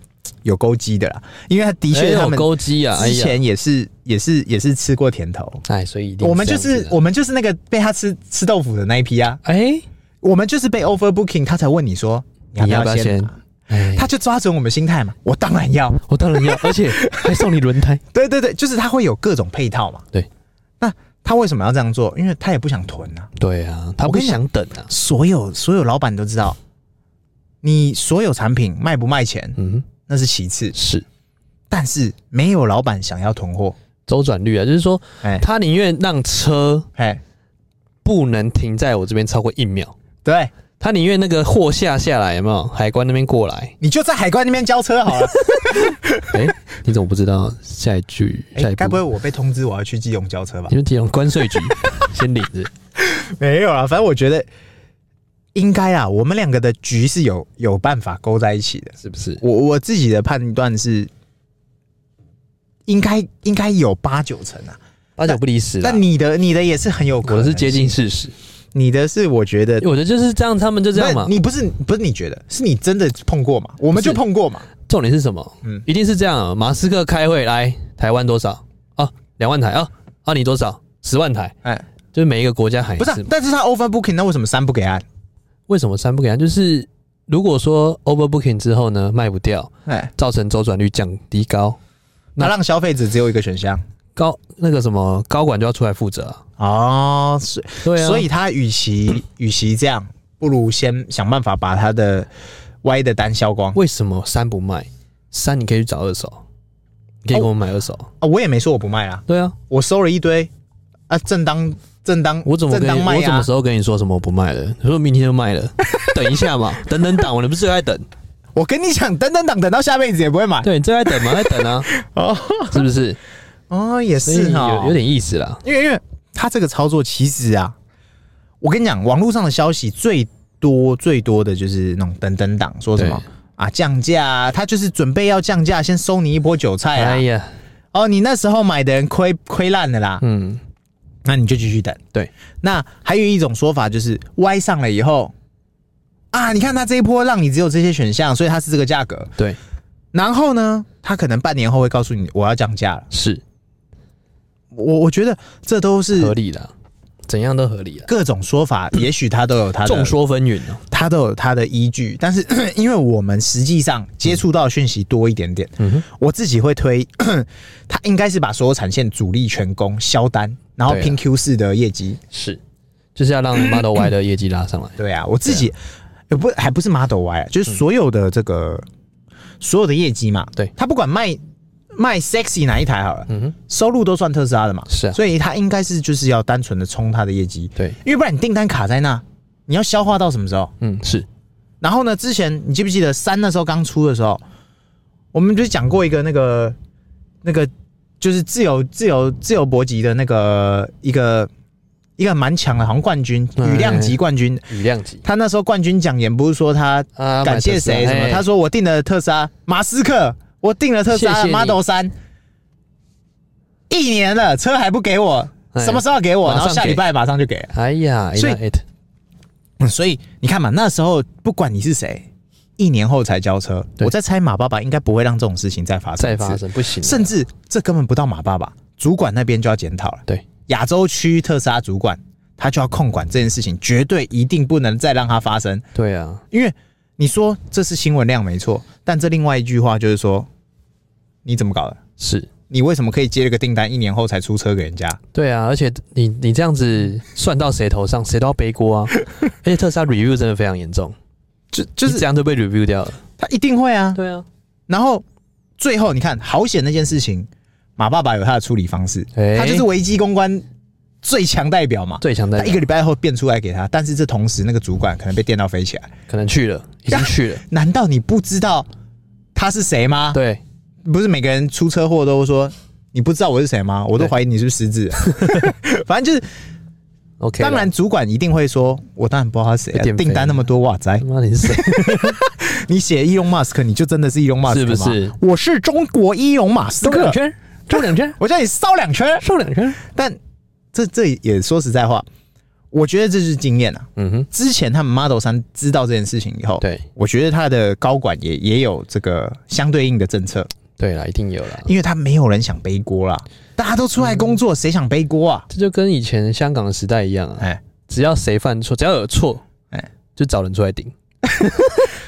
Speaker 2: 有勾机的啦，因为他的
Speaker 1: 哎
Speaker 2: 确他
Speaker 1: 有
Speaker 2: 们
Speaker 1: 勾机啊，哎
Speaker 2: 之
Speaker 1: 呀，
Speaker 2: 前也是也是也是吃过甜头。
Speaker 1: 哎，所以一定
Speaker 2: 我们就
Speaker 1: 这样
Speaker 2: 是
Speaker 1: 子的
Speaker 2: 我们就是那个被他吃吃豆腐的那一批啊，
Speaker 1: 哎，
Speaker 2: 我们就是被 overbooking，他才问你说你要
Speaker 1: 你要
Speaker 2: 不
Speaker 1: 不
Speaker 2: 要
Speaker 1: 要
Speaker 2: 先
Speaker 1: 先
Speaker 2: 拿，？
Speaker 1: 哎，
Speaker 2: 他就抓准我们心态嘛，我当然要，
Speaker 1: 我当然要，而且还送你轮胎。
Speaker 2: 对对对，就是他会有各种配套嘛。
Speaker 1: 对，
Speaker 2: 那他为什么要这样做？因为他也不想囤啊。
Speaker 1: 对啊，他
Speaker 2: 我
Speaker 1: 不
Speaker 2: 跟你讲
Speaker 1: 想等啊。
Speaker 2: 所有所有老板都知道，你所有产品卖不卖钱
Speaker 1: 嗯，
Speaker 2: 那是其次，
Speaker 1: 是
Speaker 2: 但是没有老板想要囤货。
Speaker 1: 周转率啊，就是说
Speaker 2: 哎
Speaker 1: 他宁愿让车
Speaker 2: 哎，
Speaker 1: 不能停在我这边超过一秒，
Speaker 2: 对，
Speaker 1: 他宁愿那个货下下来有没有海关那边过 来？
Speaker 2: 你就在海关那边交车好了。
Speaker 1: 哎、你怎么不知道下一句？ 下
Speaker 2: 哎，
Speaker 1: 一
Speaker 2: 该
Speaker 1: 步？
Speaker 2: 不会我被通知我要去基隆交车吧
Speaker 1: 你？们提供关税局先领着？
Speaker 2: 没有啊，反正我觉得应该啊，我们两个的局是有有办法勾在一起的。
Speaker 1: 是不是？
Speaker 2: 我我自己的判断是，应该应该有八九成啊。
Speaker 1: 八九不离十啦。
Speaker 2: 但你的你的也是很有可
Speaker 1: 我的
Speaker 2: 能性，
Speaker 1: 是接近事实，
Speaker 2: 你的是我觉得
Speaker 1: 我觉得就是这样，他们就这样嘛
Speaker 2: 不是。你不是不是你觉得，是你真的碰过嘛？我们就碰过嘛？
Speaker 1: 重点是什么？
Speaker 2: 嗯
Speaker 1: 一定是这样啊。马斯克开会来台湾多少啊？两万台啊？啊，你多少？十万台？
Speaker 2: 哎，
Speaker 1: 就是每一个国家喊一
Speaker 2: 不
Speaker 1: 次
Speaker 2: 是
Speaker 1: 嘛。
Speaker 2: 啊，但是他 over booking，那为什么三不给按？
Speaker 1: 为什么三不给按？啊就是如果说 overbooking 之后呢卖不掉，
Speaker 2: 哎，
Speaker 1: 造成周转率降低高，那
Speaker 2: 那让消费者只有一个选项
Speaker 1: 高那个什么高管就要出来负责、啊。
Speaker 2: 哦，所
Speaker 1: 对啊，
Speaker 2: 所以他与其与其这样，不如先想办法把他的歪的单销光
Speaker 1: 为什么三不卖？三你可以去找二手，你可以给我们买二手。
Speaker 2: 啊！我也没说我不卖啦，
Speaker 1: 对啊，
Speaker 2: 我收了一堆啊，正当正当
Speaker 1: 我怎么
Speaker 2: 正
Speaker 1: 跟你、
Speaker 2: 当卖
Speaker 1: 我什么
Speaker 2: 啊
Speaker 1: 时？候跟你说什么我不卖了？你说明天就卖 了，等一下嘛，等等等，我们不是最爱等？
Speaker 2: 我跟你讲，等等等等到下辈子也不会买
Speaker 1: 对，你最爱等嘛，在等啊，
Speaker 2: 哦
Speaker 1: 是不是？
Speaker 2: 哦，也
Speaker 1: 所以
Speaker 2: 是哈，
Speaker 1: 有有点意思啦。
Speaker 2: 因为因为他这个操作其实啊，我跟你讲，网络上的消息最多最多的就是那种等等党说什么
Speaker 1: 对
Speaker 2: 啊降价啊，他就是准备要降价，先收你一波韭菜
Speaker 1: 哎
Speaker 2: 啊。
Speaker 1: 呀，
Speaker 2: 哦，你那时候买的人亏亏烂了啦，
Speaker 1: 嗯，
Speaker 2: 那你就继续等。
Speaker 1: 对，
Speaker 2: 那还有一种说法就是歪上了以后啊，你看他这一波让你只有这些选项，所以它是这个价格。
Speaker 1: 对，
Speaker 2: 然后呢，他可能半年后会告诉你我要降价了。
Speaker 1: 是
Speaker 2: 我我觉得这都
Speaker 1: 合
Speaker 2: 是
Speaker 1: 理的，怎样都合理的，
Speaker 2: 各种说法，也许他都有他的
Speaker 1: 众说纷纭哦。
Speaker 2: 它都有它的依据，但是 因为我们实际上接触到的讯息多一点点，
Speaker 1: 嗯哼，
Speaker 2: 我自己会推， 它应该是把所有产线主力全攻销单，然后
Speaker 1: 对啊
Speaker 2: 拼 Q 四的业绩。
Speaker 1: 是，就是要 让 Model Y 的业绩拉上来。
Speaker 2: 对啊，我自己呃不还不是 Model Y，啊就是所有的这个、所有的业绩嘛，
Speaker 1: 嗯对
Speaker 2: 它不管卖卖 sexy 哪一台好了，
Speaker 1: 嗯哼，
Speaker 2: 收入都算特斯拉的嘛，
Speaker 1: 是啊
Speaker 2: 所以它应该是就是要单纯的冲它的业绩，
Speaker 1: 对，
Speaker 2: 因为不然你订单卡在那，你要消化到什么时候？
Speaker 1: 嗯，是
Speaker 2: 然后呢，之前你记不记得三那时候刚出的时候，我们不是讲过一个那个那个就是自由自由自由搏击的那个一个一个蛮强的，好像冠军
Speaker 1: 嗯
Speaker 2: 羽量级冠军。
Speaker 1: 雨量级
Speaker 2: 他那时候冠军奖言不是说他
Speaker 1: 啊
Speaker 2: 感谢谁什么，他
Speaker 1: 说
Speaker 2: 说我订了特斯拉马斯克，我订了特斯拉
Speaker 1: 谢谢你
Speaker 2: Model 三，一年了车还不给我，
Speaker 1: 哎
Speaker 2: 什么时候给我？
Speaker 1: 马
Speaker 2: 然
Speaker 1: 上
Speaker 2: 后下
Speaker 1: 给
Speaker 2: 礼拜马上就给了。
Speaker 1: 哎呀，
Speaker 2: 所以
Speaker 1: it it，
Speaker 2: 嗯所以你看嘛，那时候不管你是谁，一年后才交车，
Speaker 1: 对
Speaker 2: 我在猜马爸爸应该不会让这种事情再发生
Speaker 1: 再
Speaker 2: 一次，
Speaker 1: 发生不行啊，
Speaker 2: 甚至这根本不到马爸爸，主管那边就要检讨了。
Speaker 1: 对，
Speaker 2: 亚洲区特斯拉主管他就要控管这件事情，绝对一定不能再让它发生，
Speaker 1: 对啊，
Speaker 2: 因为你说这是新闻量没错，但这另外一句话就是说，你怎么搞的？
Speaker 1: 是，
Speaker 2: 你为什么可以接了个订单，一年后才出车给人家？
Speaker 1: 对啊，而且你你这样子算到谁头上，谁都要背锅 啊。而且特斯拉 review 真的非常严重，
Speaker 2: 就
Speaker 1: 就
Speaker 2: 就是
Speaker 1: 这
Speaker 2: 是
Speaker 1: 样就被 review 掉了。
Speaker 2: 他一定会啊，
Speaker 1: 对啊，
Speaker 2: 然后最后你看，好险那件事情，马爸爸有他的处理方式，
Speaker 1: 哎
Speaker 2: 他就是危机公关最强代表嘛。
Speaker 1: 最强
Speaker 2: 他
Speaker 1: 的
Speaker 2: 一个礼拜后变出来给他，但是这同时那个主管可能被电到飞起来。
Speaker 1: 可能去了，已经去了，
Speaker 2: 难道你不知道他是谁吗？
Speaker 1: 对，
Speaker 2: 不是每个人出车祸都说你不知道我是谁吗？我都
Speaker 1: 对
Speaker 2: 怀疑你是不是失智。反正就是
Speaker 1: OK，
Speaker 2: 当然，主管一定会说，我当然不知道他是谁、啊
Speaker 1: 有，点
Speaker 2: 订单那么多，哇塞
Speaker 1: 他！妈你是谁？
Speaker 2: 你写 Elon Musk，你就真的是 Elon Musk
Speaker 1: 是不是
Speaker 2: 吗？我是 中国伊隆马斯
Speaker 1: 兜
Speaker 2: 克
Speaker 1: 两， 圈，绕两圈，
Speaker 2: 我叫你烧两圈。
Speaker 1: 绕两圈。
Speaker 2: 但这这也说实在话，我觉得这是经验啊。
Speaker 1: 嗯哼，
Speaker 2: 之前他们 Model 三知道这件事情以后，
Speaker 1: 对
Speaker 2: 我觉得他的高管也也有这个相对应的政策，
Speaker 1: 对啦，一定有啦。
Speaker 2: 因为他没有人想背锅啦，大家都出来工作，
Speaker 1: 嗯
Speaker 2: 谁、想背锅啊？
Speaker 1: 这就跟以前香港的时代一样啊，
Speaker 2: 哎，
Speaker 1: 只要谁犯错，只要有错，哎
Speaker 2: 哎，
Speaker 1: 就找人出来顶。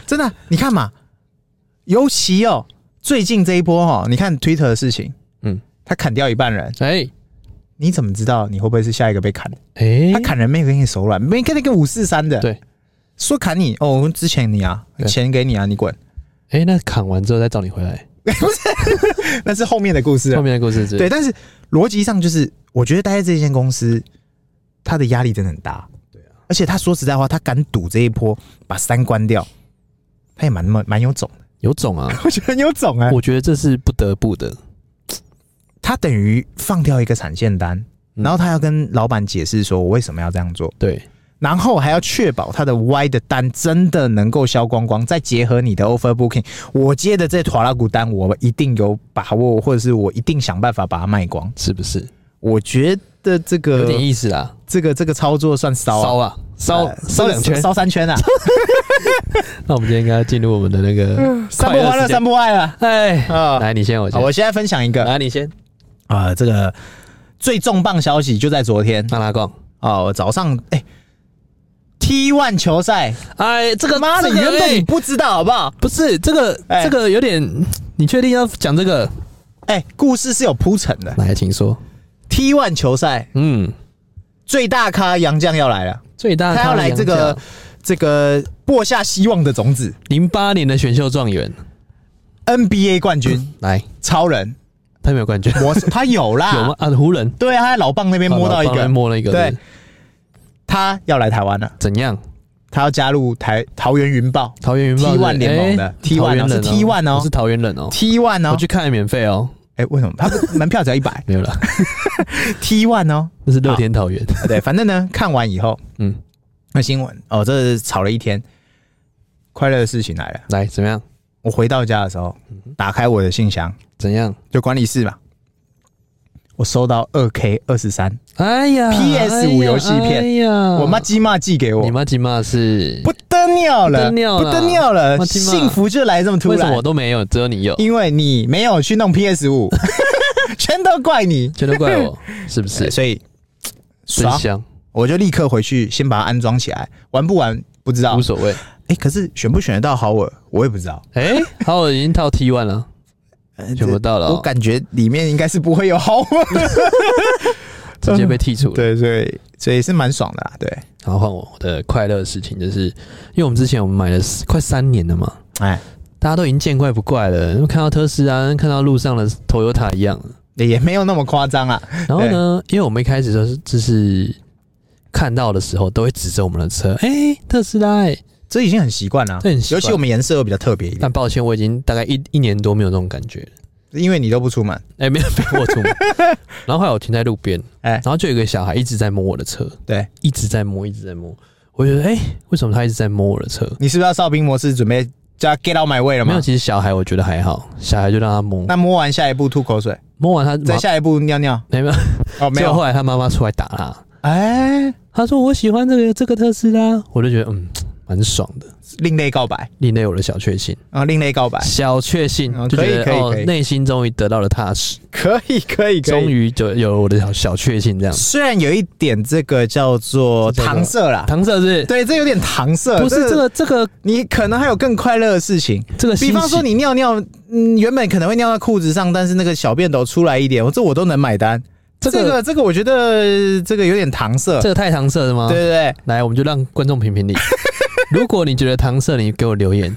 Speaker 2: 真的啊、你看嘛，尤其哦，最近这一波哦，你看 Twitter 的事情，
Speaker 1: 嗯
Speaker 2: 嗯，他砍掉一半人，
Speaker 1: 哎
Speaker 2: 你怎么知道你会不会是下一个被砍的？
Speaker 1: 哎
Speaker 2: 他，砍人没有给你手软，没给那个五四三的，
Speaker 1: 对，
Speaker 2: 说砍你哦，我之前你啊，
Speaker 1: 对
Speaker 2: 钱给你啊，你滚，
Speaker 1: 哎，那砍完之后再找你回来，
Speaker 2: 那是后面的故事
Speaker 1: 后
Speaker 2: 了。
Speaker 1: 面的故事是
Speaker 2: 对，但是逻辑上就是，我觉得待在这间公司，他的压力真的很大。
Speaker 1: 对啊，
Speaker 2: 而且他说实在话，他敢赌这一波把三关掉，他也蛮蛮蛮有种的，
Speaker 1: 有种啊！
Speaker 2: 我觉得很有种哎、
Speaker 1: 我觉得这是不得不的，
Speaker 2: 他等于放掉一个产线单，
Speaker 1: 嗯
Speaker 2: 然后他要跟老板解释说我为什么要这样做，
Speaker 1: 对
Speaker 2: 然后还要确保他的 Y 的单真的能够销光光，再结合你的 Offer Booking，我接的这坨拉古单，我一定有把握，或者是我一定想办法把它卖光。
Speaker 1: 是不是？
Speaker 2: 我觉得这
Speaker 1: 有
Speaker 2: 个
Speaker 1: 点意思啦，
Speaker 2: 这个这个操作算骚呃啊
Speaker 1: 烧啊烧
Speaker 2: 呃
Speaker 1: 烧两圈。
Speaker 2: 烧三圈啊！
Speaker 1: 那我们今天应该进入我们的那个
Speaker 2: 嗯三不 欢
Speaker 1: 快
Speaker 2: 乐
Speaker 1: 时间
Speaker 2: 三不爱了。
Speaker 1: 哎，
Speaker 2: 啊、
Speaker 1: 来你先，我
Speaker 2: 好
Speaker 1: 先，
Speaker 2: 我现在分享一个
Speaker 1: 来你先，
Speaker 2: 啊、这个最重磅消息就在昨天
Speaker 1: 让他逛。
Speaker 2: 哦，我早上哎、t one 球赛，
Speaker 1: 哎，这个
Speaker 2: 妈的，
Speaker 1: 这个
Speaker 2: 原本
Speaker 1: 哎
Speaker 2: 你不知道好不好？
Speaker 1: 不是这个，
Speaker 2: 哎
Speaker 1: 这个有点，你确定要讲这个？
Speaker 2: 哎、故事是有铺陈的。
Speaker 1: 来，请说。
Speaker 2: T one 球赛
Speaker 1: 嗯，
Speaker 2: 最大咖杨绛要来了，
Speaker 1: 最大
Speaker 2: 他
Speaker 1: 咖
Speaker 2: 要来这个这个播下希望的种子
Speaker 1: 零八年的选秀状元，
Speaker 2: ，NBA 冠军、
Speaker 1: 来，
Speaker 2: 超人，
Speaker 1: 他没有冠军，
Speaker 2: 我 他有啦，
Speaker 1: 有吗？？啊，湖人
Speaker 2: 对啊，他在老棒那边摸到一
Speaker 1: 啊帮他
Speaker 2: 个，
Speaker 1: 摸了一个，
Speaker 2: 对
Speaker 1: 是
Speaker 2: 他要来台湾了。
Speaker 1: 怎样？
Speaker 2: 他要加入台桃园云豹
Speaker 1: 桃园云豹
Speaker 2: T1
Speaker 1: 是
Speaker 2: 联盟的
Speaker 1: 哎
Speaker 2: T1 哦
Speaker 1: 桃园人
Speaker 2: 是 T1 哦
Speaker 1: 我是桃园人哦，
Speaker 2: T one
Speaker 1: 我
Speaker 2: 哦，
Speaker 1: 去看免费哦，
Speaker 2: 哎、为什么他不门票只要一百
Speaker 1: 没有 了，
Speaker 2: T one 哦？
Speaker 1: 那是乐天桃园，
Speaker 2: 啊对，反正呢，看完以后，
Speaker 1: 嗯，
Speaker 2: 那新闻哦，这是吵了一天。快乐的事情来了，
Speaker 1: 来怎么样？
Speaker 2: 我回到家的时候，
Speaker 1: 嗯
Speaker 2: 打开我的信箱，
Speaker 1: 怎样？
Speaker 2: 就管理室嘛，我收到二 K 二十三，
Speaker 1: 哎呀
Speaker 2: PS5
Speaker 1: 哎呀
Speaker 2: 游戏片
Speaker 1: 哎呀，
Speaker 2: 我妈鸡妈寄给
Speaker 1: 你
Speaker 2: 我，
Speaker 1: 妈鸡妈是
Speaker 2: 不得了
Speaker 1: 不得
Speaker 2: 了，
Speaker 1: 了啦
Speaker 2: 不得了了，
Speaker 1: 妈鸡妈
Speaker 2: 幸福就来这么突
Speaker 1: 为什么
Speaker 2: 然
Speaker 1: 我，都没有，只有你有，
Speaker 2: 因为你没有去弄 PS 五， 全都怪你，
Speaker 1: 全都怪 我，是不是
Speaker 2: 对？所以
Speaker 1: 真
Speaker 2: 哎爽，
Speaker 1: 香，
Speaker 2: 我就立刻回去先把它安装起来，玩不玩不知道
Speaker 1: 无。所谓。
Speaker 2: 哎、可是选不选得到好我，我也不知道。
Speaker 1: 哎，好，我已经到 T one 了，选不到了哦
Speaker 2: 我感觉里面应该是不会有 好我。
Speaker 1: 直接被剔除了。
Speaker 2: 嗯对，所以所以是蛮爽的啦。对，
Speaker 1: 然后换我的快乐的事情，就是因为我们之前我们买了快三年了嘛，
Speaker 2: 哎，
Speaker 1: 大家都已经见怪不怪了，看到特斯拉，看到路上的 Toyota 一样。
Speaker 2: 也没有那么夸张啊。
Speaker 1: 然后呢，因为我们一开始就是就是看到的时候，都会指着我们的车，哎、特斯拉、哎。
Speaker 2: 这已经很习惯了啊
Speaker 1: 这很习，惯
Speaker 2: 尤其我们颜色又比较特别一点，
Speaker 1: 但抱歉，我已经大概一一年多没有这种感觉了。
Speaker 2: 因为你都不出门。
Speaker 1: 哎、没有被我出 门。然后后来我停在路边，
Speaker 2: 哎
Speaker 1: 然后就有一个小孩一直在摸我的车，
Speaker 2: 对，
Speaker 1: 一直在摸，一直在摸。我觉得，哎、为什么他一直在摸我的车？
Speaker 2: 你是不是要哨兵模式准备叫他 get out my way 了
Speaker 1: 没有，
Speaker 2: 吗？
Speaker 1: 其实小孩我觉得还好，小孩就让他摸，
Speaker 2: 那摸完下一步吐口水，
Speaker 1: 摸完他
Speaker 2: 再
Speaker 1: 马
Speaker 2: 下一步尿尿。
Speaker 1: 没有，
Speaker 2: 哦，没
Speaker 1: 结果
Speaker 2: 有。
Speaker 1: 后来他妈妈出来打他，
Speaker 2: 哎，
Speaker 1: 他说我喜欢这个这个特斯拉，我就觉得嗯蛮爽的，
Speaker 2: 另类告白
Speaker 1: 另类我的小确幸，
Speaker 2: 啊，另类 告白，
Speaker 1: 小确幸
Speaker 2: 嗯
Speaker 1: 就觉
Speaker 2: 可
Speaker 1: 得
Speaker 2: 以可以
Speaker 1: 哦
Speaker 2: 可以
Speaker 1: 内心终于得到了踏实，
Speaker 2: 可以可以可
Speaker 1: 终。
Speaker 2: 以
Speaker 1: 于就有我的小小确幸这样。
Speaker 2: 虽然有一点这个叫做
Speaker 1: 这叫做
Speaker 2: 搪塞啦，
Speaker 1: 搪塞是
Speaker 2: 对，这有点搪塞，
Speaker 1: 不是这个这个
Speaker 2: 你可能还有更快乐的事情，
Speaker 1: 这个欣喜？
Speaker 2: 比方说你尿尿，嗯，原本可能会尿到裤子上，但是那个小便斗出来一点，我这我都能买单。
Speaker 1: 这
Speaker 2: 这
Speaker 1: 个
Speaker 2: 个、这个，我觉得这个有点搪塞，
Speaker 1: 这个啊太搪塞了吗？
Speaker 2: 对，对对，
Speaker 1: 来我们就让观众评评 理。如果你觉得搪塞，你给我留言，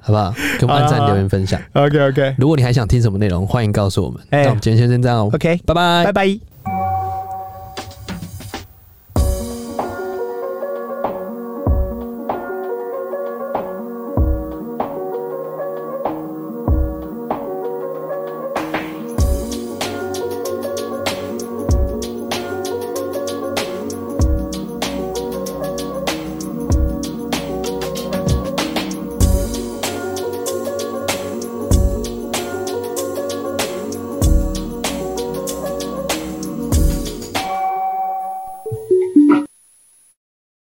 Speaker 1: 好不好？给我们按赞、
Speaker 2: 好啊好啊
Speaker 1: 留言、分享。
Speaker 2: OK OK
Speaker 1: 如果你还想听什么内容，欢迎告诉我们。
Speaker 2: 哎
Speaker 1: 那我们今天先这样哦，
Speaker 2: OK，
Speaker 1: 拜拜
Speaker 2: 拜。拜。